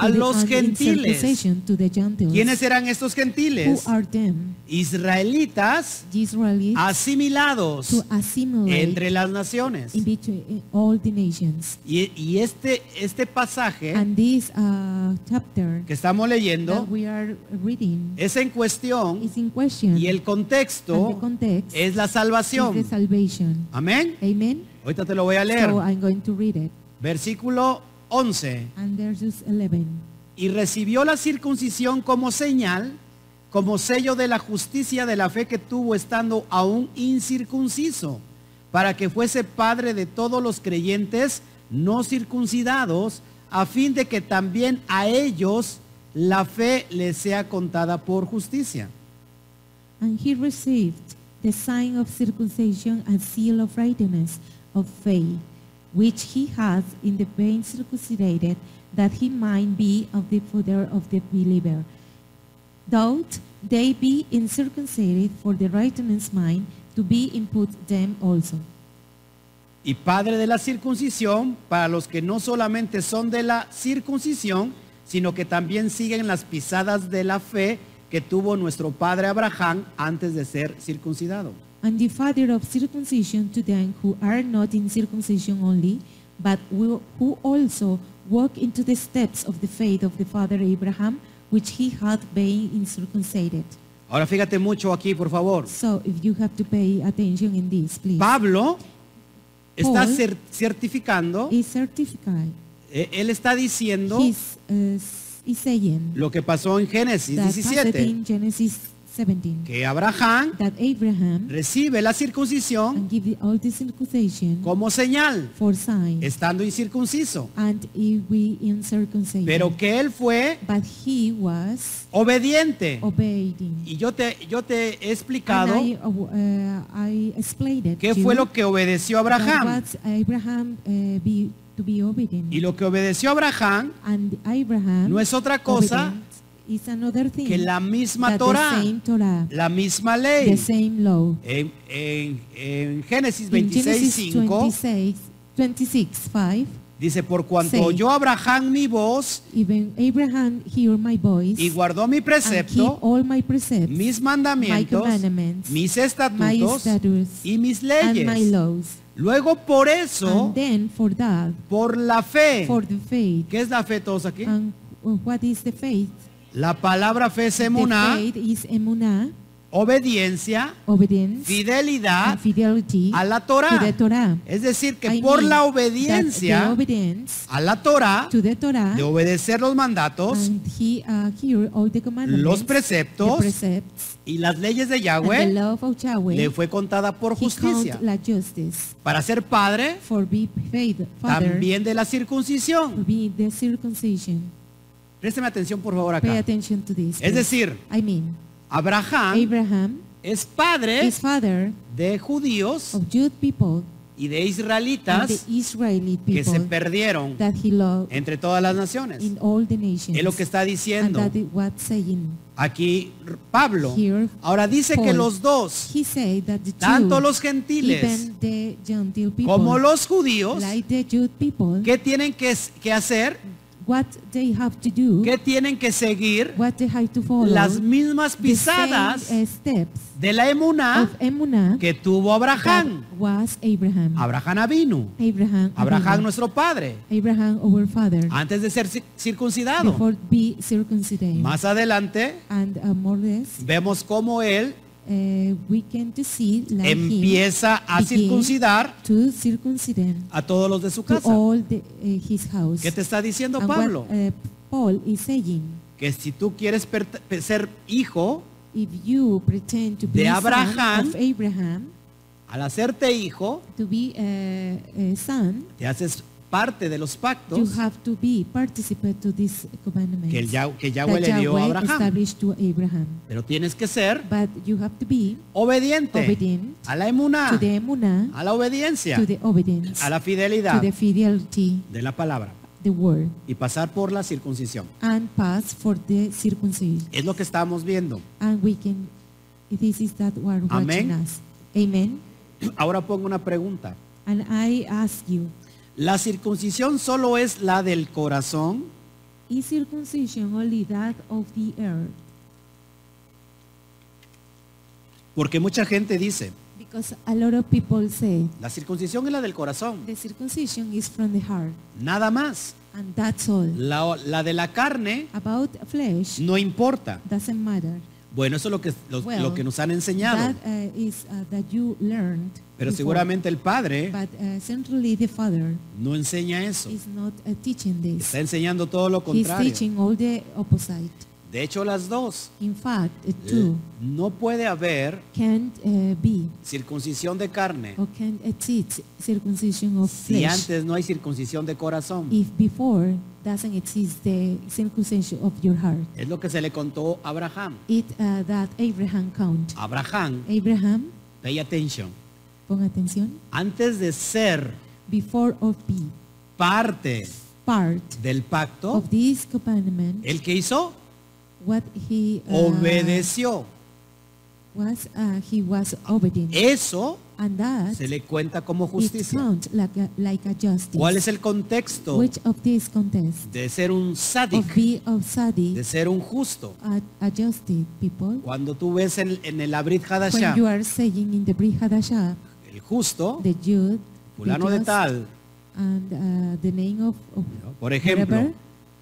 A the los gentiles. uncircumcision, to the Gentiles ¿Quiénes eran estos who gentiles? are them Israelitas the Israelites to asimilados assimilate entre las naciones. in between in all the nations Y, y este, este pasaje and this uh, chapter que estamos leyendo that we are reading es en cuestión is in question. y el and the contexto context es la is the salvación. salvation. Amén. Amen. Ahorita te lo voy a leer. So I'm going to read it. Versículo 11. And there's just 11. y recibió la circuncisión como señal, como sello de la justicia de la fe que tuvo estando aún incircunciso, para que fuese padre de todos los creyentes no circuncidados, a fin de que también a ellos la fe les sea contada por justicia. And he received the sign of circumcision and seal of righteousness of faith, which he has in the vein circumcised, that he might be of the father of the believer. Though they be incircumcised for the righteousness mind, to be input them also. Y padre de la circuncisión para los que no solamente son de la circuncisión, sino que también siguen las pisadas de la fe que tuvo nuestro padre Abraham antes de ser circuncidado. and the father of circumcision to them who are not in circumcision only, but will- who also walk into the steps of the faith of the father Abraham, which he had been in circumcised. Ahora fíjate mucho aquí, por favor. So if you have to pay attention in this, please. Pablo está Paul cer- certificando Is certified E- Él está diciendo He's, uh, s- he's saying lo que pasó en Génesis that passed 17, in Genesis 17 que Abraham that Abraham recibe la circuncisión and give the- all this circumcision como señal, for sign estando incircunciso, and if we in circumcision. pero que él fue but he was obediente. obeying. Y yo te, yo te he And explicado I, uh, uh, I explained it qué to fue you lo que obedeció that Abraham. what Abraham uh, be, to be obedient. Y lo que obedeció Abraham and Abraham no es otra cosa obedient is another thing que la misma that Torah, the same Torah, la misma the ley. same law. En, en- en Génesis In Genesis 26.5 26, 26, 5, dice, por cuanto seis. oyó Abraham mi voz even Abraham hear my voice y guardó mi and keep precepto, all my precepts mis mandamientos, commandments, mis my estatutos statutes y mis and my leyes. laws. Luego por eso, and then for that, por la fe, for the faith. ¿qué es la fe todos aquí? And Um, what is the faith? La palabra fe es emuná, The faith is emunah, obediencia, obedience, fidelidad and fidelity a la to the Torah. Torah. Es decir, que I por mean la that the obediencia obedience a la Torah, to the Torah, de obedecer los mandatos and he uh, hear all the commandments, Los the preceptos precepts, y las leyes de and the Yahweh love of Yahweh, le fue contada por he justicia count la justice para ser padre for be faith, father, también de la for circuncisión. be the circumcision. Présteme atención por favor Pay acá. attention to this. Es please. decir, I mean, Abraham Abraham es padre is father de judíos of Jude people y de and the israelitas Israeli que se people perdieron that he loved entre todas las naciones. in all the nations. Es lo que está and diciendo that is what saying. aquí R- Pablo. Here, Ahora dice que Paul. los dos, He said that the tanto Jew, los gentiles even the Gentile people, como los judíos, like the Jude people, ¿qué tienen que, s- que hacer? what they have to do, ¿Qué tienen que seguir? what they have to follow, Las mismas the pisadas same, uh, steps de la emuná of Emunah ¿ah? que tuvo that Abraham. was Abraham. Abraham Avinu. Abraham, Abraham Abraham, nuestro padre. Abraham, our father, Antes de ser cir- circuncidado. before be circumcised. Más adelante and uh, more or less, vemos cómo él uh, we can to see like him empieza a begin circuncidar to circumcide a todos los de su to casa. all the, uh, his house. ¿Qué te está diciendo And what, Pablo? uh, Paul is saying, Que si tú quieres per- pe- ser hijo, if you pretend to be De a son Abraham, of Abraham, al hacerte hijo, to be a, a son, te haces parte de los you pactos have to be participate to this commandment que, el Yah- que that Yahweh le dio a Yahweh Abraham. established to Abraham. Pero tienes que ser But you have to be obediente obedient a la emuná, to the emunah, a la obediencia, to the obedience, a la to fidelidad the fidelity, de la palabra the word, y pasar por la circuncisión. and pass for the circumcision. Es lo que estamos viendo. And we can, this is that were Amén. watching us. Amen. Ahora pongo una pregunta. And I ask you, ¿La circuncisión solo es la del corazón? Is circumcision only that of the earth? Porque mucha gente dice, Because a lot of people say la circuncisión es la del corazón, the circumcision is from the heart, nada más. and that's all. La, la de la carne About flesh, no importa. doesn't matter. Bueno, eso es lo que, lo, Well, lo que nos han That enseñado. uh, is uh, that you learned. Pero before. seguramente el padre But uh, centrally, the father no enseña eso. is not uh, teaching this. Está enseñando todo lo He's contrario. teaching all the opposite. De hecho, las dos. In fact, uh, two No puede haber can't uh, be circuncisión de carne or can't uh, teach circumcision of si flesh. antes no hay circuncisión de corazón. if before doesn't exist the circumcision of your heart. Es lo que se le contó a Abraham. It uh, that Abraham count. Abraham, Abraham, pay attention. pon atención, Antes de ser before of be parte part del pacto, of this commandment, el que hizo what he uh, obedeció. was uh, he was obedient, Eso and that Eh, se le cuenta como it justicia. count like a, like a justice. ¿Cuál es el contexto Which of this contest de ser un of sádic, be of de Sadi ser un justo? a, a justice people? Cuando tú ves en, en el Abrit Hadashah, When you are saying in the Brihadashah, el justo, the Jude, be fulano de just, tal, and uh, the name of, of ¿no? por ejemplo, whatever,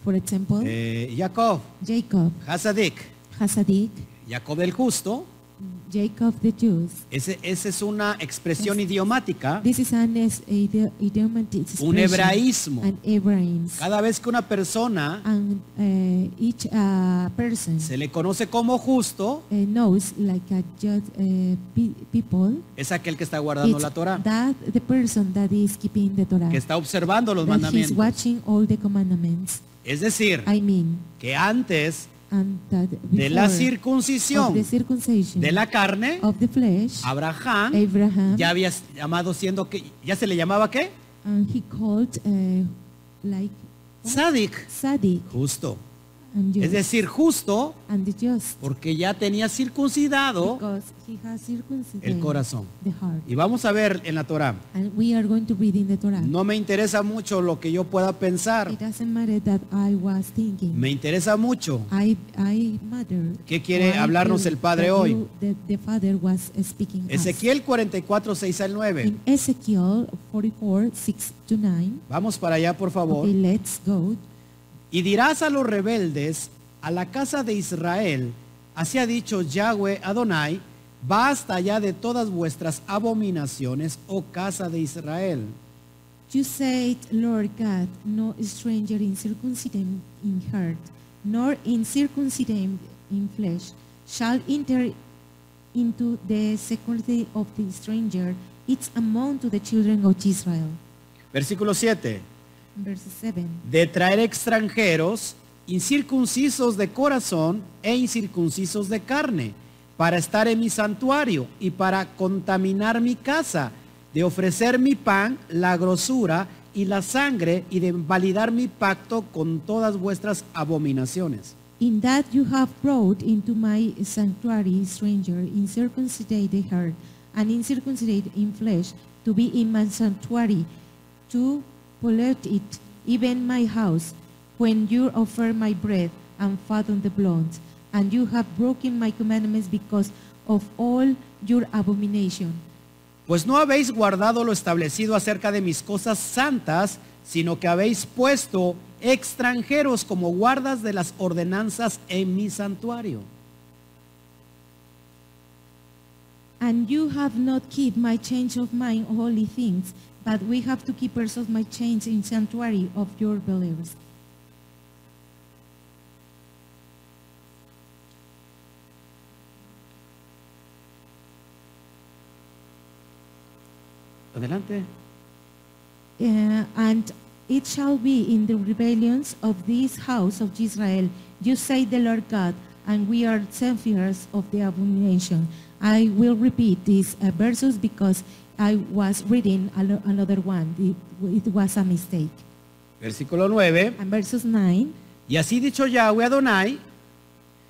for example, eh, Jacob, Jacob, Hasadik, Hasadik, Jacob el justo, Jacob the Jews. Ese- esa es una expresión idiomática, This is an es- ide- idiomatic un expression. hebraísmo. An Hebraism. Cada vez que una persona And uh, each uh, person se le conoce como justo, uh, knows like a judge uh, pe- people. es aquel que está guardando it's la Torah, That the person that is keeping the Torah. que está observando los that he's mandamientos. watching all the commandments. Es decir, I mean, que antes and that de la before of the circuncisión circumcision de la Ah. carne, of the flesh, Abraham Abraham, ya había llamado siendo que ya se le llamaba qué? and he called uh, like Sadik, Sadiq justo. and Es just, decir, justo and the just porque ya tenía circuncidado because he has circumcised el corazón. the heart. Y vamos a ver en la Torah. And we are going to read in the Torah. No me interesa mucho lo que yo pueda pensar. It doesn't matter that I was thinking. Me interesa mucho I, I matter. ¿Qué quiere Why hablarnos you- el Padre that hoy? you- that the Father was speaking us. Ezequiel 44, 6 al 9. In Ezekiel 44, 6 to 9. Vamos para allá, por favor. Okay, let's go. Y dirás a los rebeldes, a la casa de Israel, así ha dicho Yahweh Adonai, basta ya de todas vuestras abominaciones, oh casa de Israel. You said, Lord God, no stranger in circumcision in heart, nor in circumcision in flesh, shall enter into the security of the stranger. It's among to the children of Israel. Versículo 7. Verse 7. De traer extranjeros, incircuncisos de corazón e incircuncisos de carne, para estar en mi santuario y para contaminar mi casa, de ofrecer mi pan, la grosura y la sangre y de invalidar mi pacto con todas vuestras abominaciones. In that you have brought into my sanctuary stranger, incircumcised the heart, and incircumcised in flesh, to be in my sanctuary, to pollute it, even my house, when you offer my bread and fathom the blood, and you have broken my commandments because of all your abomination. Pues no habéis guardado lo establecido acerca de mis cosas santas, sino que habéis puesto extranjeros como guardas de las ordenanzas en mi santuario. And you have not kept my change of mind holy things, but we have to keep ourselves my change in sanctuary of your believers. Adelante. Uh, and it shall be in the rebellions of this house of Israel. You say the Lord God, and we are saviors of the abomination. I will repeat these uh, verses because I was reading ano- another one. It, it was a mistake. Versículo 9. And verses 9. Y así dicho Yahweh Adonai,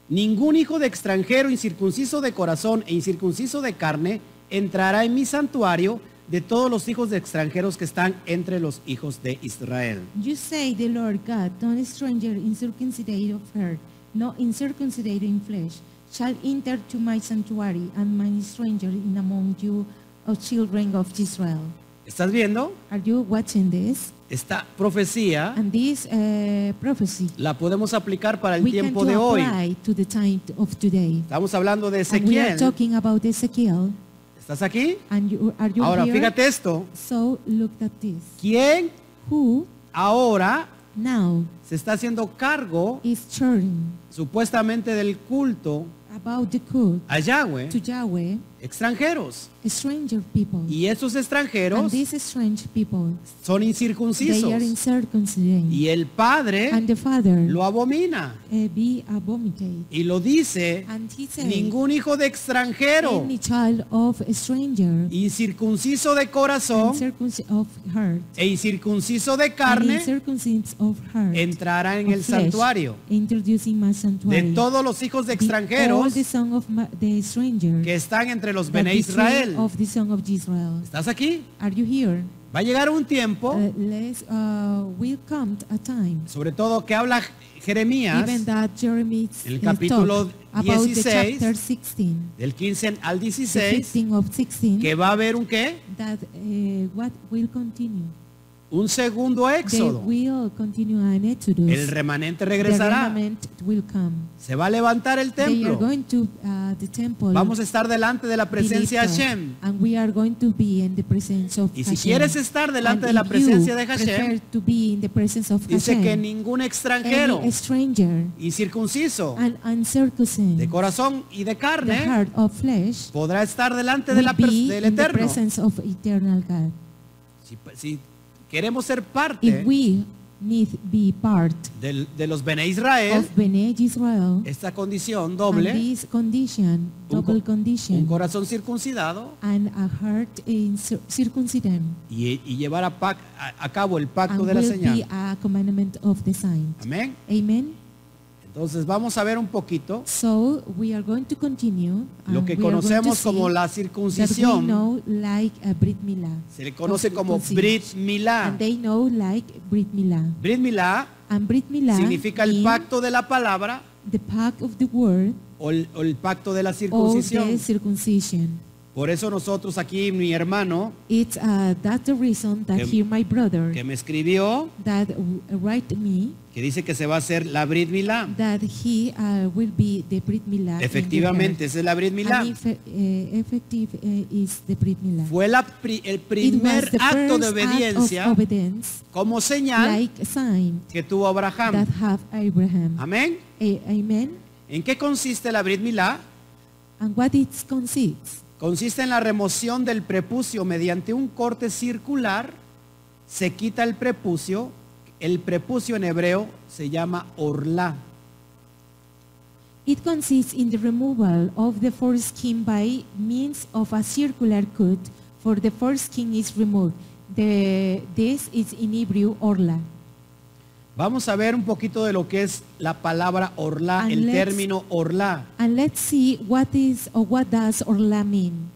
ningún hijo de extranjero incircunciso de corazón e incircunciso de carne entrará en mi santuario de todos los hijos de extranjeros que están entre los hijos de Israel. You say the Lord God, no stranger in circumcision of heart, no in circumcision in flesh, shall enter to my sanctuary, and my stranger in among you, O children of Israel. ¿Estás viendo? Are you watching this? Esta profecía And this uh, prophecy la podemos aplicar para el we can tiempo to de hoy. apply to the time of today. Estamos hablando de And we are Ezequiel. talking about Ezekiel. ¿Estás aquí? And you, are you Ahora, here? fíjate esto. So look at this. ¿Quién Who ahora now se está haciendo cargo is turning supuestamente del culto about the cult a Yahweh? to Yahweh, Extranjeros. stranger people. Y esos And extranjeros these strange people, son they are in incircuncisos. circumcision. Y el Padre And the father lo abomina. uh, be abominated. Y lo dice, And he said, ningún hijo de extranjero, any child of a stranger incircunciso de and corazón circumcis- of heart e incircunciso de and carne, circumcis of heart entrará en of el flesh, santuario. introducing my sanctuary De todos los hijos de The- all extranjeros the son of my- the stranger que están entre los but Bene the son Israel. of the son of Israel ¿Estás aquí? are you here Va a llegar un tiempo, uh, let's uh, will come a time sobre todo que habla Jeremías, even that Jeremy s- El uh, capítulo talk about the 16, chapter 16 del 15 al the 16, 15 of 16 que va a haber un qué? that uh, what will continue un segundo They éxodo. will continue El an exodus. remanente The regresará. remnant will come. Se va a levantar el They are templo. going to uh, the temple. Vamos a estar delante de la presencia de believe God, Hashem. And we are going to be in the presence of Y si Hashem. quieres estar delante And de la if you presencia de Hashem, prefer to be in the presence of Dice que Hashem, ningún any extranjero stranger incircunciso and uncircumcised, de corazón y de the carne heart of flesh, podrá estar delante de will la per- be del in the Eterno. presence of eternal God. Si, si queremos ser If parte we need be part del- de los Bene Israel, of Bene Israel, esta condición and doble, this condition, co- double un condition, corazón circuncidado and a heart in cir- circumcision, y, y llevar a, pac- a- a cabo el and pacto de la will be señal. a commandment of the sign. Amén. Amen. Entonces vamos a ver un poquito So we are going to continue. and lo que we are going to conocemos como see la that we circuncisión. know like a Brit Milah. Se le conoce como Circuncid- Brit Milá. And they know like Brit Milah. Brit Milá And Brit Milah significa el mean pacto de la palabra the pact of the word o el, o el pacto de la or the circuncisión. circumcision. Por eso nosotros aquí, mi hermano, It's uh, that's the reason that Que- here my brother que me escribió, that w- write me que dice que se va a hacer la Brit Milá. that he uh, will be the Brit Milah. in the Efectivamente, earth. esa es la Brit Milá. And if, uh, effective uh, is the Brit Milah. Fue la pri- el It was primer the acto de first act obediencia of obedience, como señal like a sign que tuvo that Abraham. have Abraham. Amén. A- Amen. ¿En qué consiste la Brit Milá? And what it consists Consiste en la remoción del prepucio mediante un corte circular. Se quita el prepucio. El prepucio en hebreo se llama orla. It consists in the removal of the foreskin by means of a circular cut, for the foreskin is removed. The, this is in Hebrew orla. Vamos a ver un poquito de lo que es la palabra orla, And el let's- término orla. And let's see what is or what does orla mean.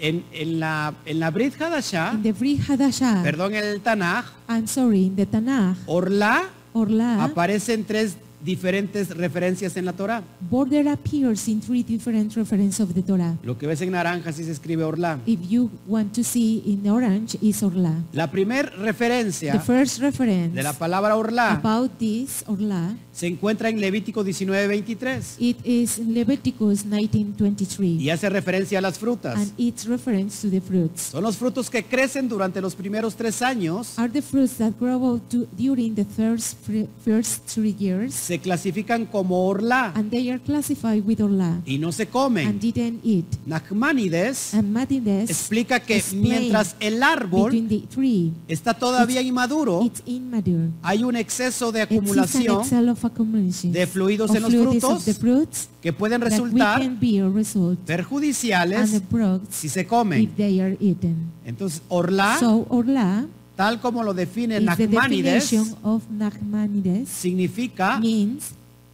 En, en la, en la Brit Hadashah, In the Brit Hadashah, perdón, en el Tanaj, I'm sorry, in the Tanakh, orla Ah, orla, aparecen tres diferentes referencias en la Torah. border appears in three different references of the Torah. Lo que ves en naranja sí se escribe orla. If you want to see in orange is orla. La primera The referencia first reference de la palabra orla about this orla se encuentra en Levítico 19:23 It is in Leviticus y 19:23, hace referencia a las frutas. and it's reference to the fruits. Son los frutos que crecen durante los primeros tres años. Are the fruits that grow out to, during the first, fr- first three years, Se clasifican como orla and they are classified with orla y no se and comen. didn't eat. Nachmanides And Matides explica que explain mientras el árbol Oh. between the tree, está todavía inmaduro, it's immature. hay un exceso de It's an acumulación excel of accumulation de fluidos of en los fluids of frutos the fruits que pueden that we resultar can be a result and perjudiciales the products si se if comen. they are eaten. Entonces, orla, So orla tal como lo define is the Nachmanides, definition of Nachmanides significa means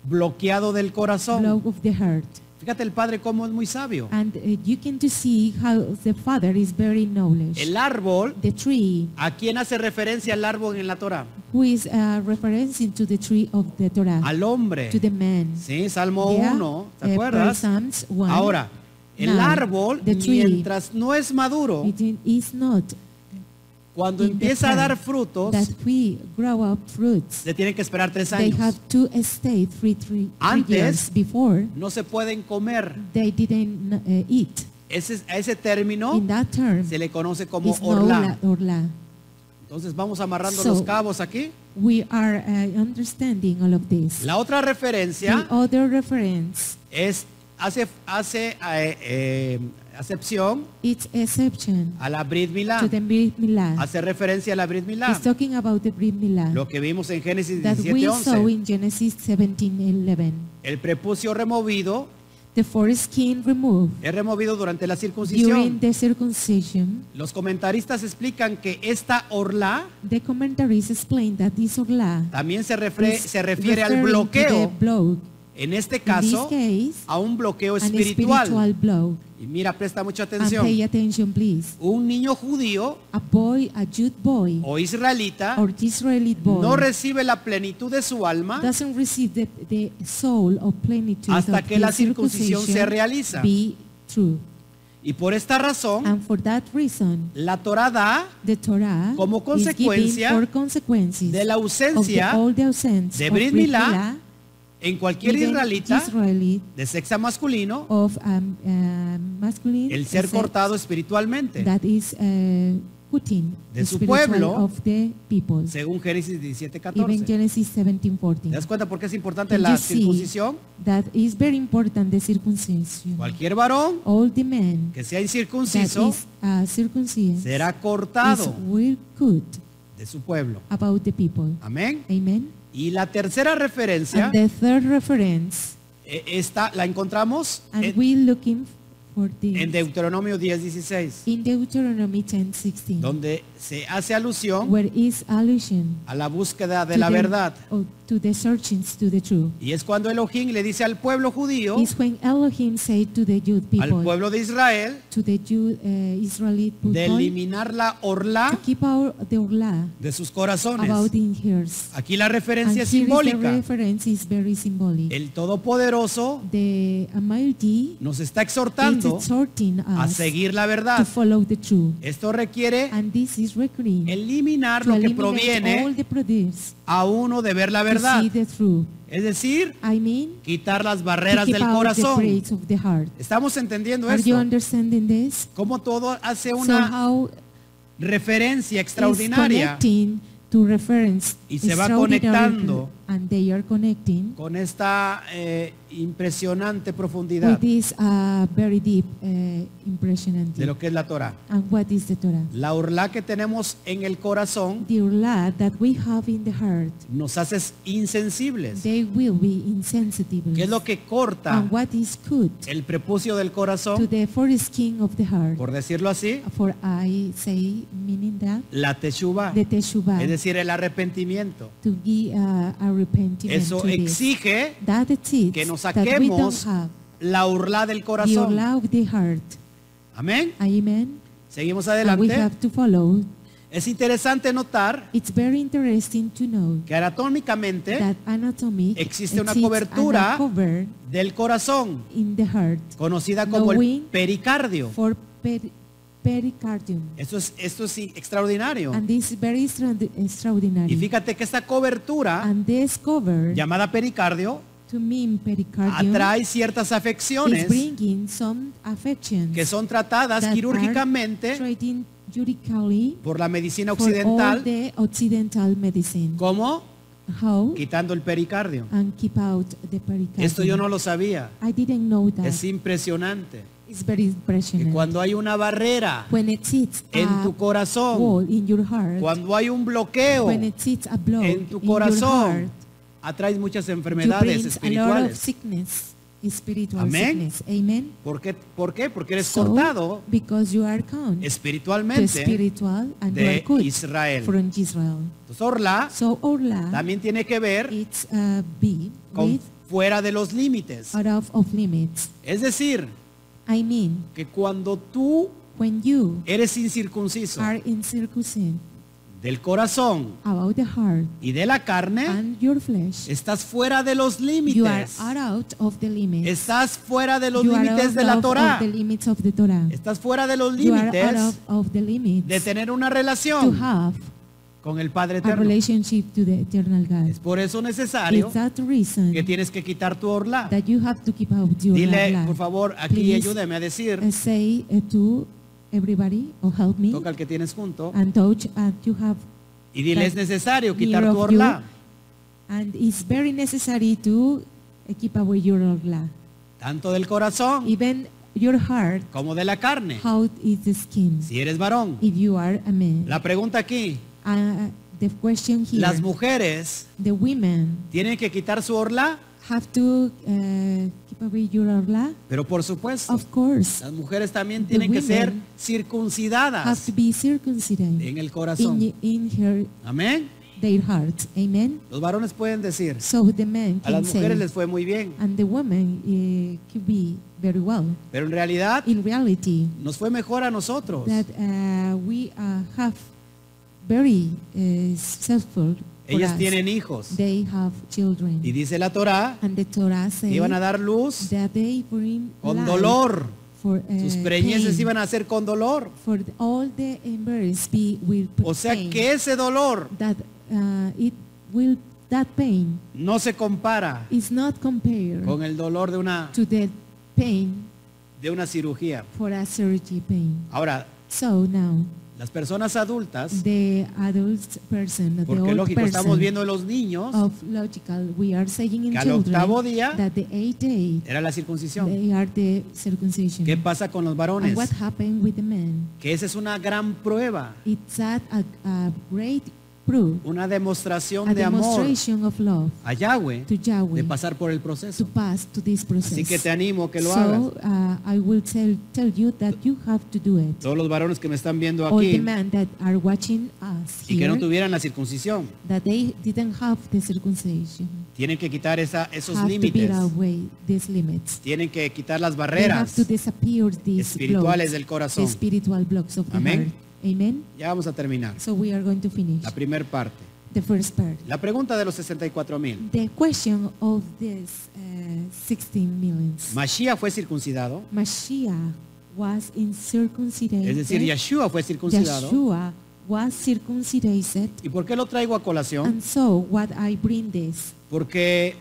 bloqueado del corazón. blow of the heart. Fíjate el padre cómo es muy sabio. And uh, you can to see how the father is very knowledge. El árbol, the tree, ¿a quién hace referencia el árbol en la Torah? who is uh, referencing to the tree of the Torah, Al hombre. to the man. Sí, Salmo Yeah, 1, uh, ¿te acuerdas? Psalms 1. Ahora, el Now, árbol, the tree. mientras no es maduro, It i- is not cuando in the empieza a plant dar frutos, that we grow up fruits. se tienen que esperar tres They años. have to stay three, three, three Antes- years before No se pueden comer. they didn't uh, eat. Ese, a ese término In that term, se le conoce como is no orla. la- orla. Entonces vamos amarrando So, los cabos aquí. We are uh, understanding all of this. La otra The referencia other reference, es hace, hace eh, eh, acepción it's exception a la Brit Milá. to the Brit Milah. Hace referencia a la Brit Milá. It's talking about the Brit Milah Lo que vimos en Génesis that we saw 17:11. in Genesis 17:11. El prepucio removido The foreskin removed es removido durante la during circuncisión. the circumcision. Los comentaristas explican que esta orla The commentaries explain that this orla también se, refre- is se refiere al referring to the bloqueo, blow. en este In this caso, case, a un bloqueo an spiritual espiritual. blow. Y mira, presta mucha And atención. pay attention, please. Un niño judío A boy, a Jude boy, o israelita or Israelite boy, no recibe la plenitud de su alma doesn't receive the, the soul of plenitude Hasta of que la his circuncisión se realiza. Be true. Y por esta razón, And for that reason, la Torah da the Torah Como is consecuencia given for consequences de la of the, ausencia all the absence de of Brit Brit Milá, Milá, en cualquier even israelita Israelite de sexo masculino of um, uh, masculine el ser sex cortado espiritualmente, that is uh, cutting De the su spiritual pueblo, of the people. según Génesis 17, Even 14. Genesis ¿Te 17:14. das cuenta por qué es importante And la you see- circuncisión? That is very important the circumcision. Cualquier varón All the men que sea that incircunciso is uh, circumcised será is cortado will good de su pueblo. about the people. Amén. Amen. Y la tercera referencia And the third reference, eh, está, la encontramos and en, we looking for this en Deuteronomio 10, 16, in Deuteronomy 10:16, donde se hace alusión where is allusion a la búsqueda de to la the- verdad. oh, to the searchings to the truth. Y es cuando Elohim le dice al pueblo judío, Is when Elohim said to the Jude al people, pueblo de Israel, to the Jew, uh, Israelite de people, eliminar la to orla keep out the orla de sus about corazones. in hers. Aquí la And referencia es here is the simbólica. reference is very symbolic. El Todopoderoso the Almighty nos está is exhortando exhorting a us seguir la to verdad. follow the truth. Esto requiere And this is recurring eliminar to lo que eliminate all proviene the produce a uno de ver la verdad. to see the truth. Es decir, I mean, quitar las to barreras keep del out the corazón. praise of the heart. Estamos entendiendo Are you esto. understanding this? Como todo hace so una how referencia is extraordinaria connecting to reference Y se va extraordinary conectando. and they are connecting con esta eh, impresionante profundidad with this uh, very deep uh, impressionante. de lo que es la Torah. And what is the Torah? La orla que tenemos en el corazón The love that we have in the heart, nos hace insensibles. they will be insensitive. ¿Qué es lo que corta And what is good el prepucio del to corazón? the foreskin of the heart? Por decirlo así, For I say, meaning that la teshuva, the teshuvah Ah. es decir, el arrepentimiento. to be uh, a repentiment. Eso to this. exige That it is que nos that we don't saquemos have la orla del the corazón. orla of the heart. Amén. Amen. Seguimos And we adelante. have to follow. Es interesante notar It's very interesting to know que anatómicamente that anatomy ¿Eh? existe una exists cobertura and a cover del corazón, in the heart conocida como el Knowing- pericardio. for peri- pericardium. Esto es, esto es extraordinario. And this is very extraordi- extraordinary. Y fíjate ¿ah? que esta cobertura, and this cover llamada pericardio, to mean pericardium atrae ciertas is afecciones bringing some affections que son tratadas that are quirúrgicamente treated chirurgically por la medicina for all occidental, the occidental medicine. como How? quitando el pericardio. and keep out the pericardium. Esto yo no lo sabía. I didn't know that. Es impresionante It's very que impressionant. cuando hay una barrera when it sits en a tu corazón, wall in your heart, cuando hay un bloqueo when it sits a block en tu in your corazón, heart, atraes muchas you enfermedades bring a lot of espirituales. sickness, spiritual Amén. sickness. Amen. ¿Por qué? ¿Por qué? Porque eres So, cortado because you are count the espiritualmente spiritual and you are de good Israel. from Israel. Entonces, Orla So Orla, también tiene que ver it's uh, be con with fuera de los límites. out of, of limits. Es decir, I mean, que cuando tú when you eres incircunciso are in circumcision del corazón about the heart y de la carne, and your flesh, estás fuera de los you are límites. are out of the limits. Estás fuera de los you are límites out de la of- Torah. of the limits of the Torah. Estás fuera de los You are out límites of, of the limits de tener una to relación have con el Padre a Eterno. relationship to the eternal God. Es por eso necesario It's that reason que tienes que quitar tu orla. that you have to keep out your Dile, life. por favor, aquí Please, ayúdame a decir, uh, say uh, to everybody or help me toca al que tienes junto, and touch and you have y dile, that es necesario near quitar tu of orla. you, and it's very necessary to uh, keep away your orla. tanto del corazón Even your heart, como de la carne, how is the skin? si eres varón. If you are a man. La pregunta aquí, Uh, the question here, ¿las mujeres the women tienen que quitar su orla? have to uh, keep away your orla. Pero por supuesto, Of course, las mujeres también The tienen que ser women have circuncidadas to be circumcised en el corazón. in, in her, Amén. their hearts. Amen. Los varones pueden decir, So the men a can las say, mujeres les fue muy bien, and the woman uh, could be very well. pero en realidad In reality, nos fue mejor a nosotros. that uh, we uh, have very uh, successful. for Ellas us. tienen hijos. They have children. Y dice la Torá and the Torah que says iban a dar luz that they bring con life dolor for, uh, Sus preñeces pain, iban a ser con dolor. for the- all the embarrass be will put O sea pain, que ese dolor that uh, it will that pain no se compara is not compared con el dolor de una, to the pain de una cirugía. for a surgery pain. Ahora, So now las personas adultas, the adult person, the porque old lógico, person estamos viendo en los niños, of logical, we are saying in Que al children octavo día- that the eighth day era la circuncisión. they are the circumcision. ¿Qué pasa con los and varones? what happened with the men? Que esa es una gran prueba, It's that a, a great proof, una demostración a de amor demonstration of love a Yahweh to Yahweh de pasar por el to proceso. pass to this process. Así que te animo a que lo hagas. so uh, I will tell, tell you that you have to do it. Todos los varones que me están viendo All the aquí men that are watching us y que here, no tuvieran la circuncisión, that they didn't have the circumcision, tienen que quitar esa, esos have to beat límites, away these limits. tienen que quitar las They have barreras to disappear these espirituales blocks, del the corazón. spiritual blocks of the Amén. heart. Amen. Ya vamos a terminar. So we are going to finish La primera parte. the first part. La pregunta de los 64 mil. The question of this uh, 16 millions. Mashiach fue circuncidado, Mashiach was incircumcised. es decir, Yeshua fue circuncidado. Yeshua was circumcised. ¿Y por qué lo traigo a colación? And so what I bring this, Porque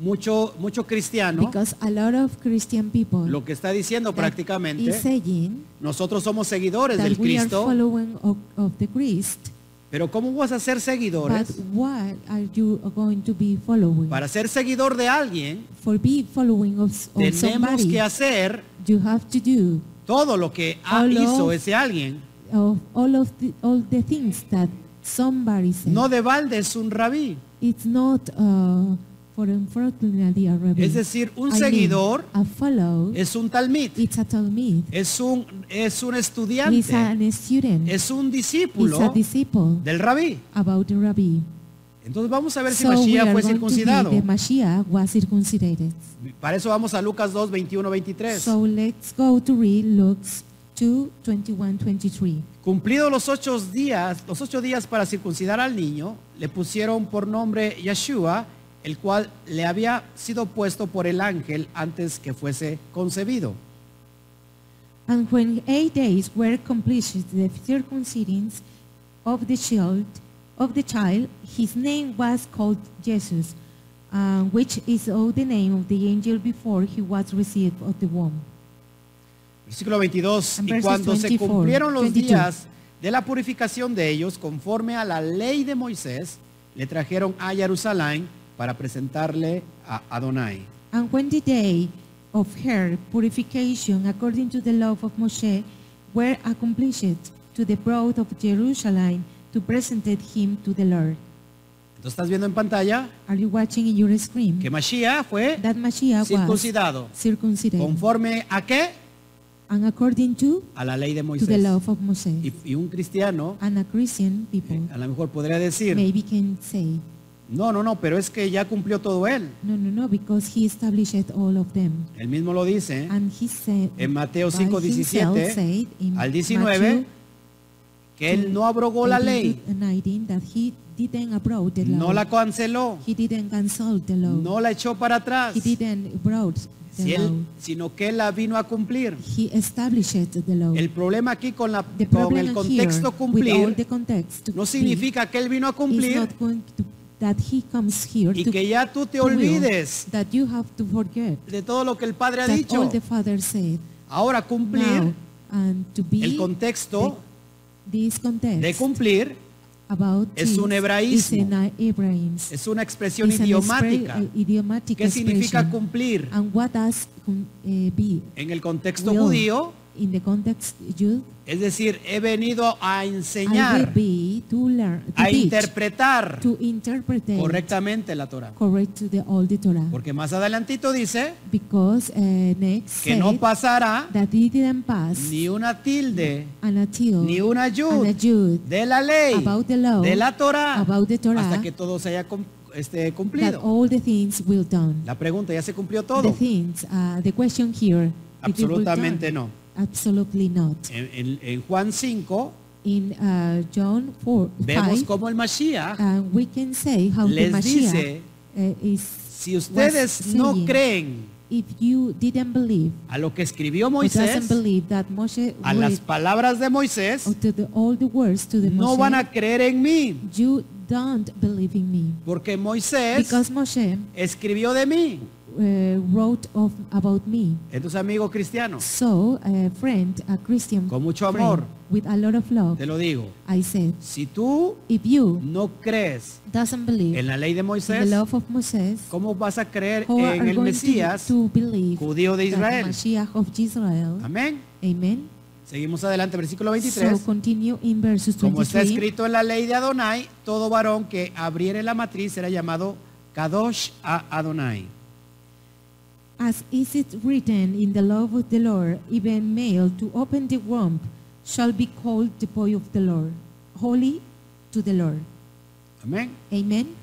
mucho, mucho cristiano because a lot of Christian people lo que está diciendo that prácticamente, is saying nosotros somos seguidores that del we are Cristo, following of, of the Christ, pero ¿cómo vas a ser but seguidores? what are you going to be following? Para ser seguidor de alguien, For be following of, of tenemos somebody, que hacer you have to do todo lo que ha- All hizo of- ese alguien. of all of the, all the things that somebody said. No de balde es un rabí. it's not uh, for unfortunately a rebel. Es decir, un I mean, seguidor a follow, es un talmid, it's a talmid, es un, es un it's estudiante, an student, es un it's a discípulo disciple del rabí. about the rabbi. Entonces vamos a ver si so we Mashiach are fue going to see circuncidado. the Mashiach was circumcised. Para eso vamos a Lucas 2, 21, 23. So let's go to read Luke 2, 21, 23. Cumplidos los ocho días, los ocho días para circuncidar al niño, le pusieron por nombre Yeshua, el cual le había sido puesto por el ángel antes que fuese concebido. And when eight days were completed, the circumcisions of the child, of the child, his name was called Jesus, uh, which is all the name of the angel before he was received of the womb. Versículo 22. And Y verses cuando se 24, cumplieron los 22. días de la purificación de ellos, conforme a la ley de Moisés, le trajeron a Jerusalén para presentarle a Adonai. And when the day of her purification, according to the law of Moshe, were accomplished to the broad of Jerusalem to present him to the Lord. Entonces estás viendo en pantalla Are you watching in your screen? que Mashiach fue that Mashiach was circuncidado. circumcised. ¿Conforme a qué? and according to A la ley de to the Moisés. love of Moses. Y, y un cristiano and a Christian people eh, a lo mejor podría decir, maybe can say, no, no, no, pero es que ya cumplió todo él. no, no, no, because he established all of them. Él mismo lo dice. And he said, Eh, En Mateo by 5, himself 17 said in al 19, Matthew Que él no abrogó la 18 ley, to 19 that he didn't abroad the law. no la canceló, he didn't cancel the law. no la echó para atrás, he didn't abroad the si law. él- sino que él la vino a cumplir. He established the law. El problema aquí con, la, the con problem el here, contexto with all cumplir the context, to no be, significa que él vino a is cumplir not going to, that he comes here y to que ya tú te to will olvides that you have to forget de todo lo que el Padre ha that all dicho. the father said Ahora now cumplir, and to be el contexto this context de cumplir about es this un is hebraísmo. an Hebraism. es una expresión It's an idiomática. expre- idiomatic ¿Qué significa expression. cumplir? and what does um, eh, be En el contexto will judío, in the context you es decir, he venido a I will enseñar, be to learn to a teach, interpretar to interpret correctamente la Torah. correct to the all the Torah Porque más adelantito dice because uh, next que no said pasará that he didn't pass ni una tilde, an atil ni una and a yud Jude de la ley, about the law, de la Torah, about the Torah, hasta que todo se haya cum- este, that cumplido. all the things will done. La pregunta, ¿ya se cumplió The todo? things, uh, the question here. did it will Absolutamente done? no. Absolutely not. En, en- en Juan 5 In uh, John 4, vemos 5, cómo el Mashiach uh, we can say how les the Mashiach dice, uh, is Si ustedes was no saying, creen if you didn't believe a lo que escribió or doesn't Moisés, believe that Moshe a las read palabras de Moisés, or to the, all the words to the no van Moshe, a creer en mí, you don't believe in me. porque Moisés Because Moshe escribió de mí. uh, wrote of, about me. Entonces, amigo cristiano, So, a friend, a Christian Con mucho friend, amor. with a lot of love, te lo digo, I said, si tú if you no crees doesn't believe en la ley de in the Moisés, love of Moses, ¿cómo vas a creer how are en you el going to, Mesías to believe judío de that the Israel? Mashiach of Israel? Amén. Amen. Seguimos adelante, versículo So 23. continue in verses Como está 23. escrito en la ley de Adonai, todo varón que abriere la matriz será llamado Kadosh a Adonai. As is it written in the law of the Lord, even male to open the womb shall be called the boy of the Lord, holy to the Lord. Amén. Amen.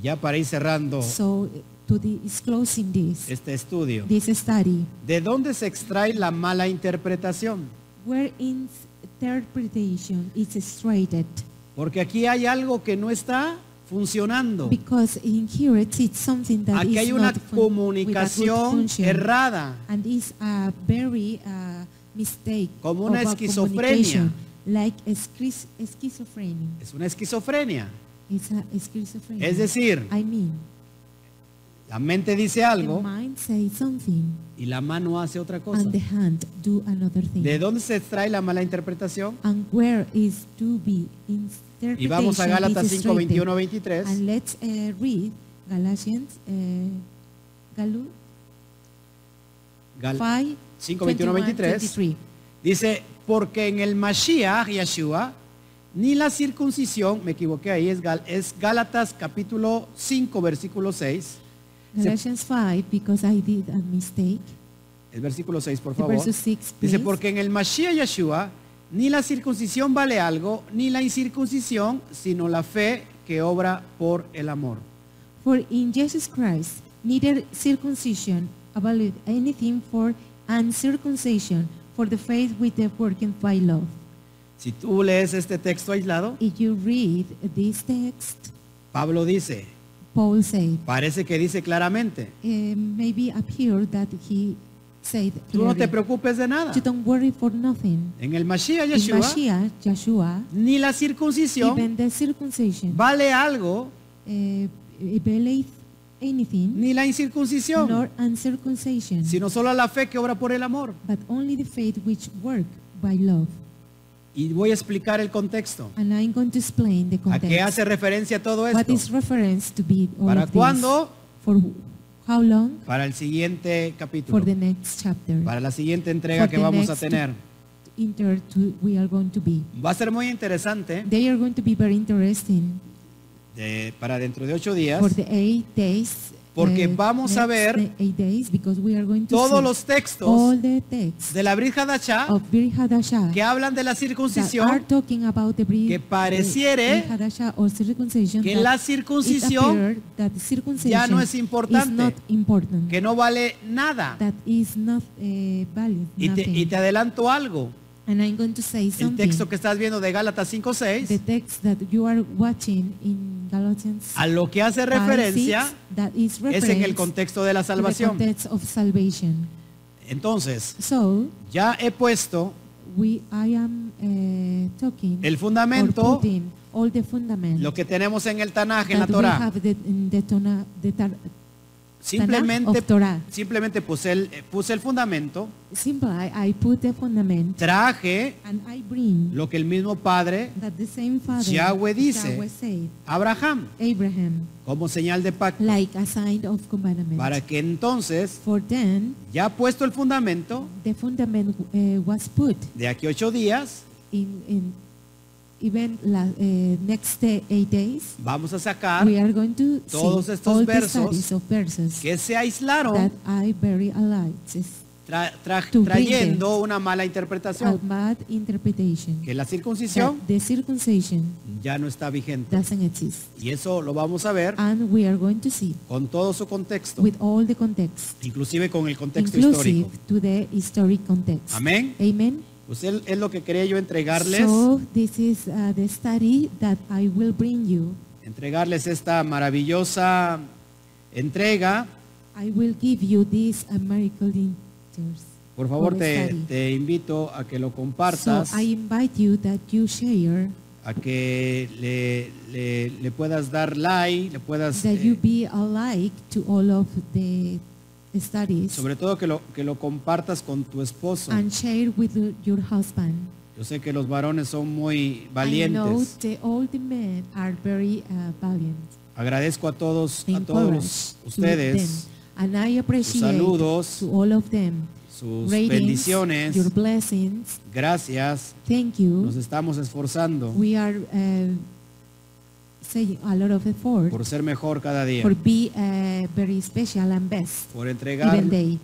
Y ya para ir cerrando So to the is closing this este estudio, this study, ¿de dónde se extrae la mala interpretación? where in interpretation is stated, Porque aquí hay algo que no está funcionando. because in here it is something that Aquí is hay una not fun- with a good comunicación function, errada. and is a very uh, mistake Como una of a esquizofrenia. communication, like a schis- schizophrenia. Es una esquizofrenia. It's a schizophrenia. Es decir, Mm-hmm. I mean, la mente dice the algo mind says something y la mano hace otra cosa. and the hand do another thing. ¿De dónde se extrae la mala interpretación? and where is to be interpretation Y vamos a Gálatas is 5, 21, straightened. 23. And let's uh, read Galatians uh, Galu Gal- 5, 5, 21, 23. 23. Dice, porque en el Mashiach, Yeshua, ni la circuncisión, me equivoqué ahí, es, Gal- es Gálatas capítulo 5, versículo 6. Se- Galatians 5, because I did a mistake. el versículo 6, por The favor. verse 6, please. Dice, porque en el Mashiach, Yeshua, ni la circuncisión vale algo, ni la incircuncisión, sino la fe que obra por el amor. For in Jesus Christ neither circumcision availeth anything for uncircumcision, for the faith with the working by love. Si tú lees este texto aislado, If you read this text, Pablo dice, Paul said, parece que dice claramente, eh, maybe appear that he said, tú no te clearly, preocupes de nada. you don't worry for nothing. En el Mashiach, In Yeshua, Mashiach, Joshua, ni la circuncisión even the circumcision, vale algo eh, believe anything, ni la incircuncisión, nor uncircumcision, sino solo la fe que obra por el amor. but only the faith which work by love. Y voy a explicar el contexto. And I'm going to explain the ¿A qué context. hace referencia todo What esto? is reference to be all ¿Para of this? cuándo? For who- how long? Para el siguiente For the capítulo, next chapter. para la siguiente entrega For que the vamos a next- tener. Inter to, we are going to be. Va a ser muy interesante They are going to be very interesting de- para dentro de ocho días for the eight days. Porque eh, vamos a next ver eight days because we are going to todos see los all textos the texts de la Brija Hadashah of Bir Hadashah que hablan de la that are circuncisión, talking about the Bir, que pareciere Bir Hadashah or circumcision que that la it circuncisión appeared that circumcision ya no es is importante, not important. que no vale nada. that is not eh, valid, Y te, nothing. y te adelanto algo. and I'm going to say El something. texto que estás viendo de Gálatas the 5.6, text that you are watching in Galatians a lo que hace 5, referencia 6, that is es en el reference contexto de la to the salvación. context of salvation. Entonces, So ya he puesto we, I am eh, talking el or fundamento, putting all the fundaments lo que tenemos en el Tanaj, en la that we Torah. have the, in the, Tona, the tar, Tanakh Simplemente, of Torah. simplemente puse el, eh, puse el fundamento, Simple, I, I put the fundament traje and I bring lo que el mismo Padre, that the same father Yahweh dice, Yahweh said, Abraham, Abraham como señal de pacto, like a sign of commandment. para que entonces, For then, ya puesto el fundamento, the fundament uh, was put de aquí ocho días, in, in even la, uh, next day, eight days. vamos a sacar we are going to todos see estos all the versos studies of verses que se aislaron that I very alight is tra- tra- To bring trayendo una mala a interpretación, bad interpretation. que la circuncisión That the circumcision ya no está vigente. doesn't exist. Y eso lo vamos a ver And we are going to see con todo su contexto, with all the context, inclusive con el contexto inclusive histórico. to the historic context. Amén. Amen. Pues él- es lo que quería yo entregarles, So this is uh, the study that I will bring you entregarles esta maravillosa entrega I will give you these uh, miracle in tears. Por favor, for te, study. te invito a que lo compartas, So I invite you that you share, a que le, le- le puedas dar like, le puedas, that eh, you be alike to all of the studies sobre todo que lo, que lo compartas con tu esposo. and share with your- your husband. Yo sé que los varones son muy I know valientes. the, all the men are very uh, valiant. Agradezco a todos, a Thank todos God to ustedes them. And I appreciate saludos, to all of them. sus Ratings, bendiciones. your blessings. Gracias. Thank you. Nos estamos esforzando We are uh, saying a lot of effort por ser mejor cada día, for be uh, very special and best. por entregar Even they Eh.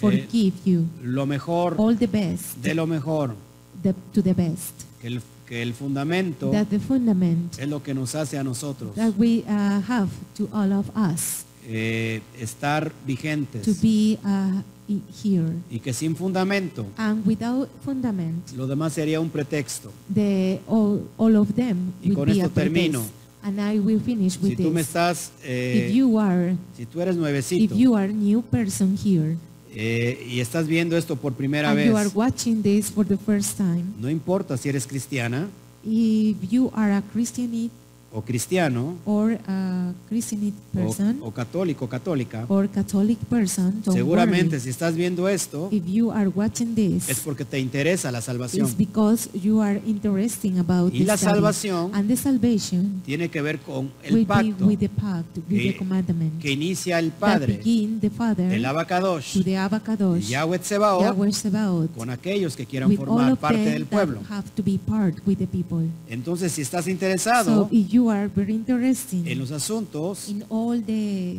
forgive you lo mejor all the best de lo mejor, the, to the best. que el, que el fundamento That the fundament es lo que nos hace a nosotros that we uh, have to all of us eh, estar vigentes to be uh, i- here. y que sin fundamento And without fundament, lo demás sería un pretexto. the all, all of them Y will con be esto a pretext. termino. And I will finish Si with tú me this. estás, eh, if you are, si tú eres if nuevecito you are new person here, eh, y estás viendo esto por primera and vez, you are watching this for the first time, no importa si eres cristiana if you are a Christianite o cristiano or a Christianite o, person o católico o católica, or Catholic person, don't seguramente worry. si estás viendo esto If you are watching this, es porque te interesa la it's salvación. because you are interesting about Y la this study. salvación and the salvation Tiene que ver con el will be pacto with the pact, with the que- commandment que inicia el that Padre, begin the Father el Abacadosh, to the Abacadosh, Yahweh Tsebaot, Yahweh Sabaoth, con aquellos que quieran with all formar of parte them del pueblo. that have to be part with the people. Entonces, si estás So interesado if you are very interested en los asuntos, in all the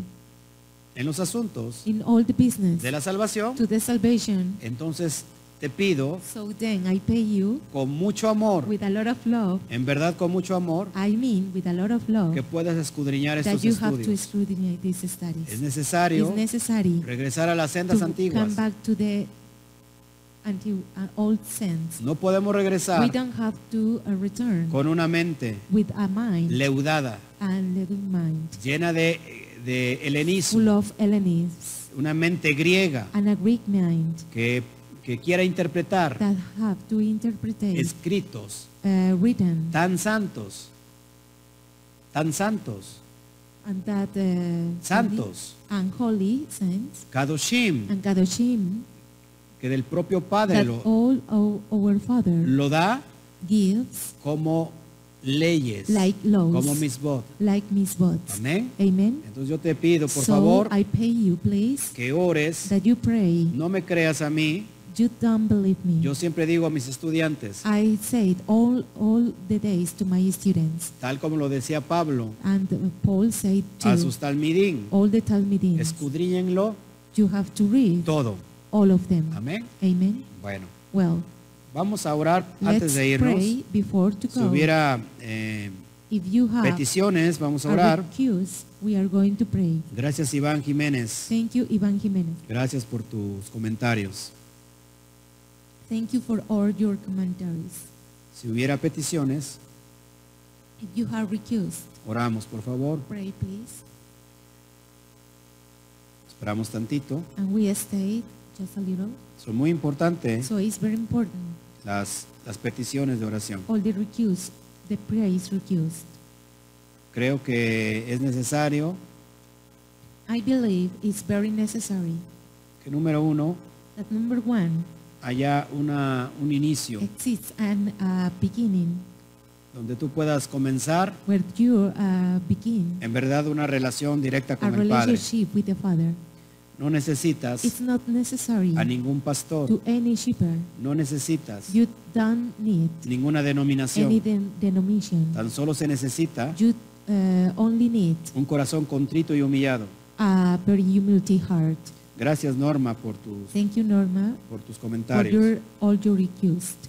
en los asuntos in all the business de la salvación, to the salvation, entonces te pido so then I pay you con mucho amor, with a lot of love. en verdad con mucho amor, I mean, with a lot of love que puedas escudriñar that estos you have to estudios. scrutinize these Es studies. It's necesario necessary regresar a las sendas to come antiguas. back to the anti- uh, old sense. No podemos We regresar don't have to uh, return con una mente with a mind leudada, and little mind llena de, de helenismo, full of Hellenes una mente griega and a Greek mind que, que quiera interpretar that have to interpret escritos uh, written tan santos, tan santos, and that uh, santos, and holy saints Kadoshim, and Kadoshim que del propio Padre that lo, all o- our Father lo da gives como leyes, like laws, como misbot. like misbot. Amén. Amen. Entonces yo te pido, por so favor, I pay you, please, que ores, that you pray. no me creas a mí, You don't believe me. yo siempre digo a mis estudiantes, I say it all all the days to my students, tal como lo decía Pablo and uh, Paul said a to sus talmidín, all the Talmudim, escudriñenlo you have to read todo. all of them. Amén. Amen. Bueno, Well, vamos a orar antes let's de irnos. pray before to Si go. hubiera eh, if you have peticiones, vamos a a orar. request, we are going to pray. Gracias Iván Jiménez. Thank you, Ivan Jimenez. Gracias por tus comentarios. Thank you for all your commentaries. Si hubiera peticiones, If you have requests, oramos, por favor. pray please. Esperamos tantito. And we stay just a little. Son muy importantes So it's very important. las, las peticiones de oración. All the requests, the prayer is requests. Creo que es necesario I believe it's very necessary que, número uno, that number one haya una, un inicio exists an uh, beginning donde tú puedas comenzar where you uh, begin en verdad una relación directa a con el Padre. relationship with the Father. No necesitas It's not necessary a ningún pastor, to any shepherd. no necesitas You don't need ninguna any denominación. den- denomination. Tan solo se necesita You uh, only need un corazón contrito y humillado. a very humility heart. Gracias Norma por tus, Thank you, Norma, por tus for comentarios. your, all your requests.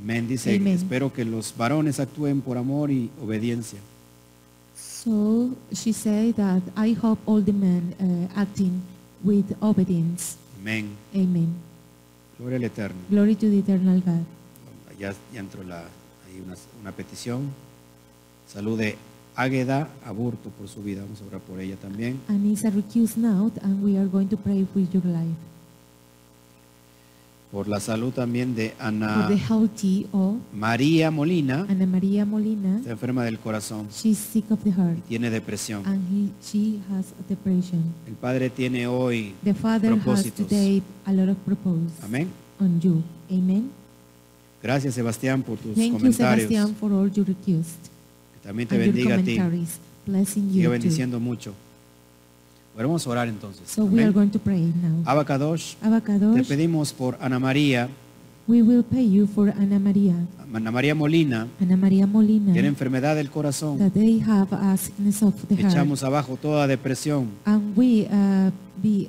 Amén. Dice, Amen. espero que los varones actúen por amor y obediencia. So she said that I hope all the men uh, acting with obedience. Amén. Amen. Gloria al Eterno. Glory to the eternal God. Ya, ya entró la, hay una, una petición. Salude Águeda Aburto por su vida. Vamos a orar por ella también. And is a recused now, and we are going to pray for your life. Por la salud también de For Ana the healthy of María Molina. Ana Maria Molina, Está enferma del corazón. she's sick of the heart, y Tiene depresión. and he, she has depression. El Padre tiene hoy. The Father has Propósitos. today a lot of purpose Amén. on you. Amen. Gracias Sebastián por tus Thank you, comentarios. Sebastian, for all your requests que también te and your bendiga a ti. commentaries. Blessing Sigue you too. bendiciendo mucho. Bueno, vamos a orar entonces. So we are Amén. going to pray now. Abacadosh, te Abacados, pedimos por Ana María, we will pay you for Ana Maria, Ana María Molina, Ana Maria tiene Molina, enfermedad del corazón. that they have a sickness of the heart, Echamos abajo toda depresión and we uh, be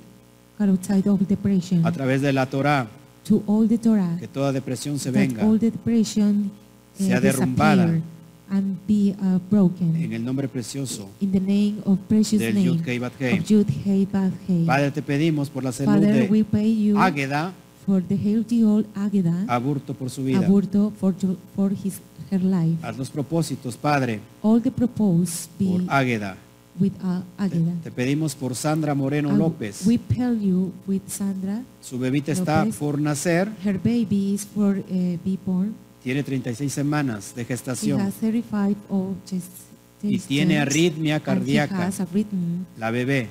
cut outside of depression a través de la Torá, to all the Torah, que toda depresión se that venga all the depression uh, sea derrumbada. disappear and be uh, broken. en el nombre precioso In the name of precious del name Yud Kei Bat Kei. of Jude Hey Bad Hey. Padre, te pedimos por la salud Father, we de pay you Águeda, for the healthy old Águeda aburto por su vida. Aburto for, jo- for his, her life. Haz los propósitos, Padre, All the proposed por be Águeda. with uh, Águeda. Te pedimos por Sandra Moreno And López. We pay you with Sandra. Su bebita está López. por nacer. Her baby is for uh, be born. Tiene 36 semanas de She gestación has 35 of just y tiene arritmia and she cardíaca. has a rhythm La bebé.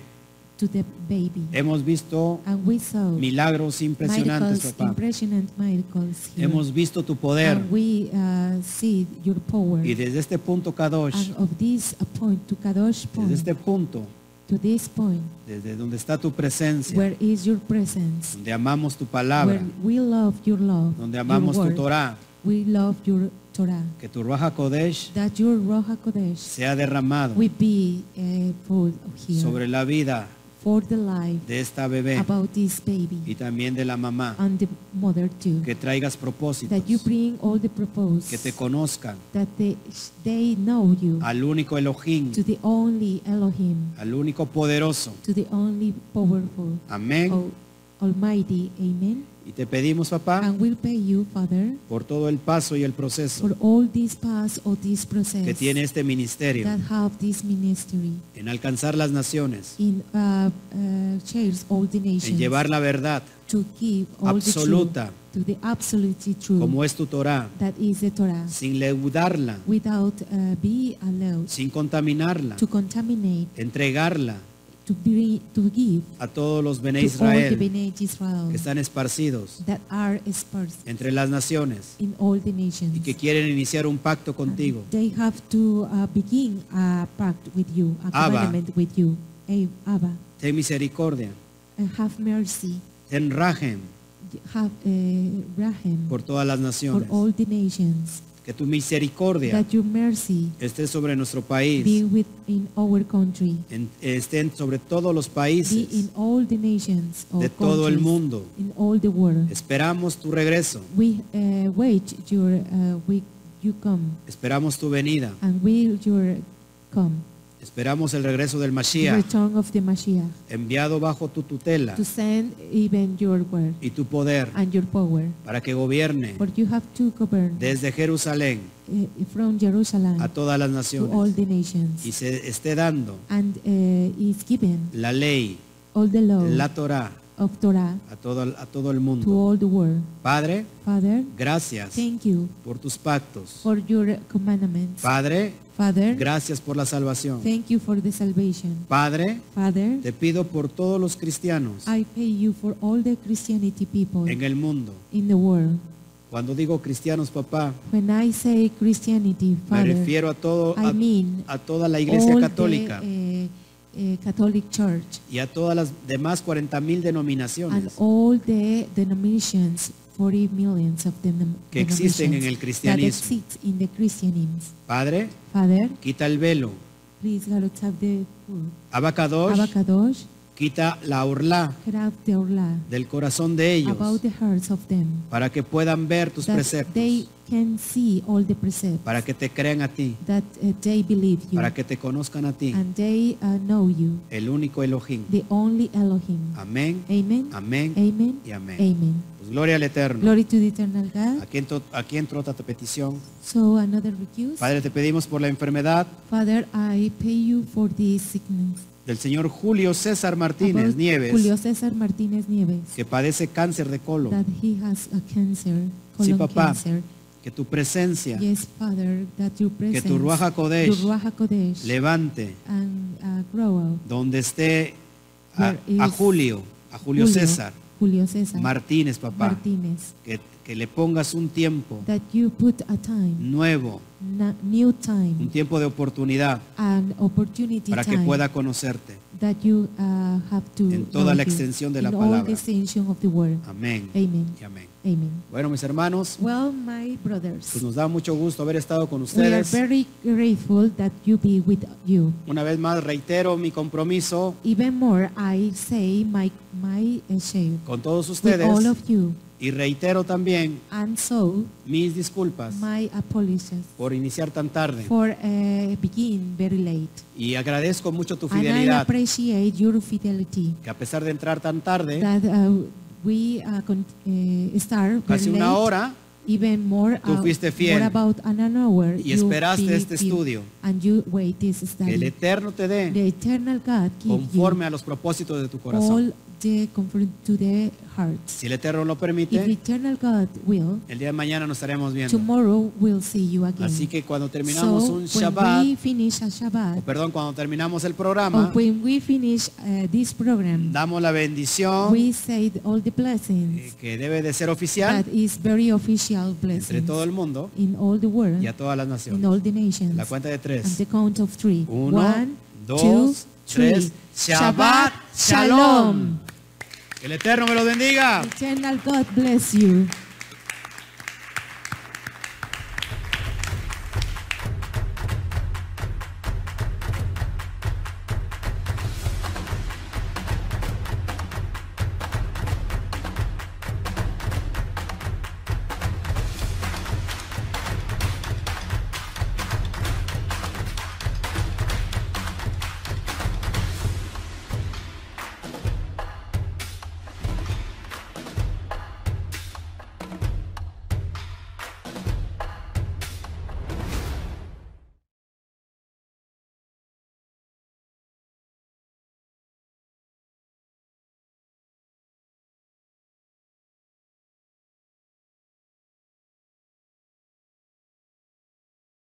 to the baby. Hemos visto And we saw milagros impresionantes, miracles, papá. impressionant miracles here. Hemos visto tu poder And we uh, see your power. y desde este punto, Kadosh, And of this point to Kadosh point, desde este punto, to this point, desde donde está tu presencia, where is your presence, donde amamos tu where palabra, we love your love, donde your amamos tu word, Torah, we love your Torah, que tu Raja Kodesh that your Roha Kodesh sea derramado will be uh, full here sobre la vida for the life de esta bebé about this y baby también de la mamá, and the mother too, que traigas that you propósitos, bring all the proposed, que te conozcan that they, they know you al único Elohim, to the only Elohim, al único poderoso. to the only powerful, Amén. Al- Almighty, Amen. Y te pedimos, papá, And we'll pay you, Father, por todo el paso y el proceso for all these paths or this que process tiene este ministerio that have this ministry en alcanzar las naciones, in uh, uh, shares all the en nations llevar la verdad to give all absoluta. the truth to the absolutely truth como es tu Torah, that is the Torah sin leudarla, without uh, be allowed sin contaminarla, to contaminate, entregarla to be, to give a todos los Bene to all the Israel Bene Israel que están esparcidos that are dispersed entre las naciones in all the nations. y que quieren iniciar un pacto contigo. They have to uh, begin a pact with you, a Abba. covenant with you. Hey, Abba, Ten misericordia, uh, have mercy, ten rajem have uh, Rahim por todas las for naciones, all the nations, que tu misericordia that your mercy esté sobre nuestro be país, within our country, en- estén sobre todos los be in países all the nations of de todo el countries, mundo. in all the world. Esperamos tu regreso, We uh, wait your uh, we, you come esperamos tu venida, and will your come esperamos el regreso del the Mashiach, return of the Mashiach enviado bajo tu tutela to send even your word y tu poder and your power. para que gobierne For you have to govern desde Jerusalén eh, from Jerusalem a todas las to all naciones the nations, y se esté dando and uh, is given la ley, all the law la Torah of Torah a todo, a todo el to mundo. all the world. Padre, Father, gracias thank you por tus pactos. for your commandments. Padre, Father, gracias por la salvación. thank you for the salvation. Padre, Father, te pido por todos los cristianos I pay you for all the Christianity people en el mundo. in the world. Cuando digo cristianos, papá, When I say Christianity, me Father, refiero a todo I a, mean a toda la all iglesia the, católica eh, eh, Catholic Church. y a todas las demás 40 mil and denominaciones all the denominations, 40 millions of them que existen en el that cristianismo. exist in the Christianism. Padre, Father, quita el velo. please let us have the food. Abacadosh, Abacadosh, quita la orla grab the orla del corazón de ellos about the hearts of them, para que puedan ver tus that they preceptos, can see all the precepts, para que te crean a ti, that uh, they believe you, para que te conozcan a ti, and they uh, know you, el único Elohim. the only Elohim. Amén, Amen. amén Amen. y amén. Amen. Pues Pues, gloria al Eterno. Glory to the eternal God. Aquí entró, aquí entró otra petición. So another request. Padre, te pedimos por la enfermedad Father, I pay you for this sickness. del señor Julio César Martínez About Julio Nieves, César Martínez Nieves, que padece cáncer de colon. that he has a cancer, Sí, colon papá. cancer. Que tu presencia Yes, Father, that your presence, tu Ruach HaKodesh your Ruach HaKodesh, levante and uh, grow out. donde esté a, Where is a Julio, a Julio César Julio César Martínez, papá. Martínez, Que, que le pongas un tiempo that you put a time, nuevo, na- new un time, tiempo de oportunidad and opportunity Mm. para que time, pueda conocerte. that you uh, have to En toda la know you, extensión de la in all palabra. the extension of the word. Amén. Amen. Y amén. Amen. Bueno, mis hermanos, Well, my brothers, pues nos da mucho gusto haber estado con we are ustedes. very grateful that you be with you. Una vez más reitero mi compromiso Even more, I say my my uh, share con todos with all ustedes of you, y reitero también and so mis disculpas my apologies por iniciar tan tarde for uh, begin very late. y agradezco mucho tu And I fidelidad appreciate your fidelity que a pesar de entrar tan tarde, that uh, we uh, con, uh, start very casi una late, hora, even more, tú uh, fuiste fiel more about an hour y you esperaste be este fiel, estudio. and you wait this que el study. Eterno te dé The eternal God gives you conforme a los propósitos de tu corazón. all the comfort to the heart. Si el Eterno lo If the permite, eternal God will, el día de mañana nos estaremos viendo. tomorrow we'll see you again. Así que cuando terminamos so un when Shabbat, we finish a Shabbat, o perdón, cuando terminamos el or programa, when we finish uh, this program, damos la bendición we said all the eh, blessings que debe de ser oficial that is very official entre blessings todo el mundo in all the world, y a todas las naciones. in all the nations. La cuenta de and tres. the count of three. Uno, One, dos, two, three. tres. Shabbat Shalom. Que el Eterno me lo bendiga. Eternal God bless you.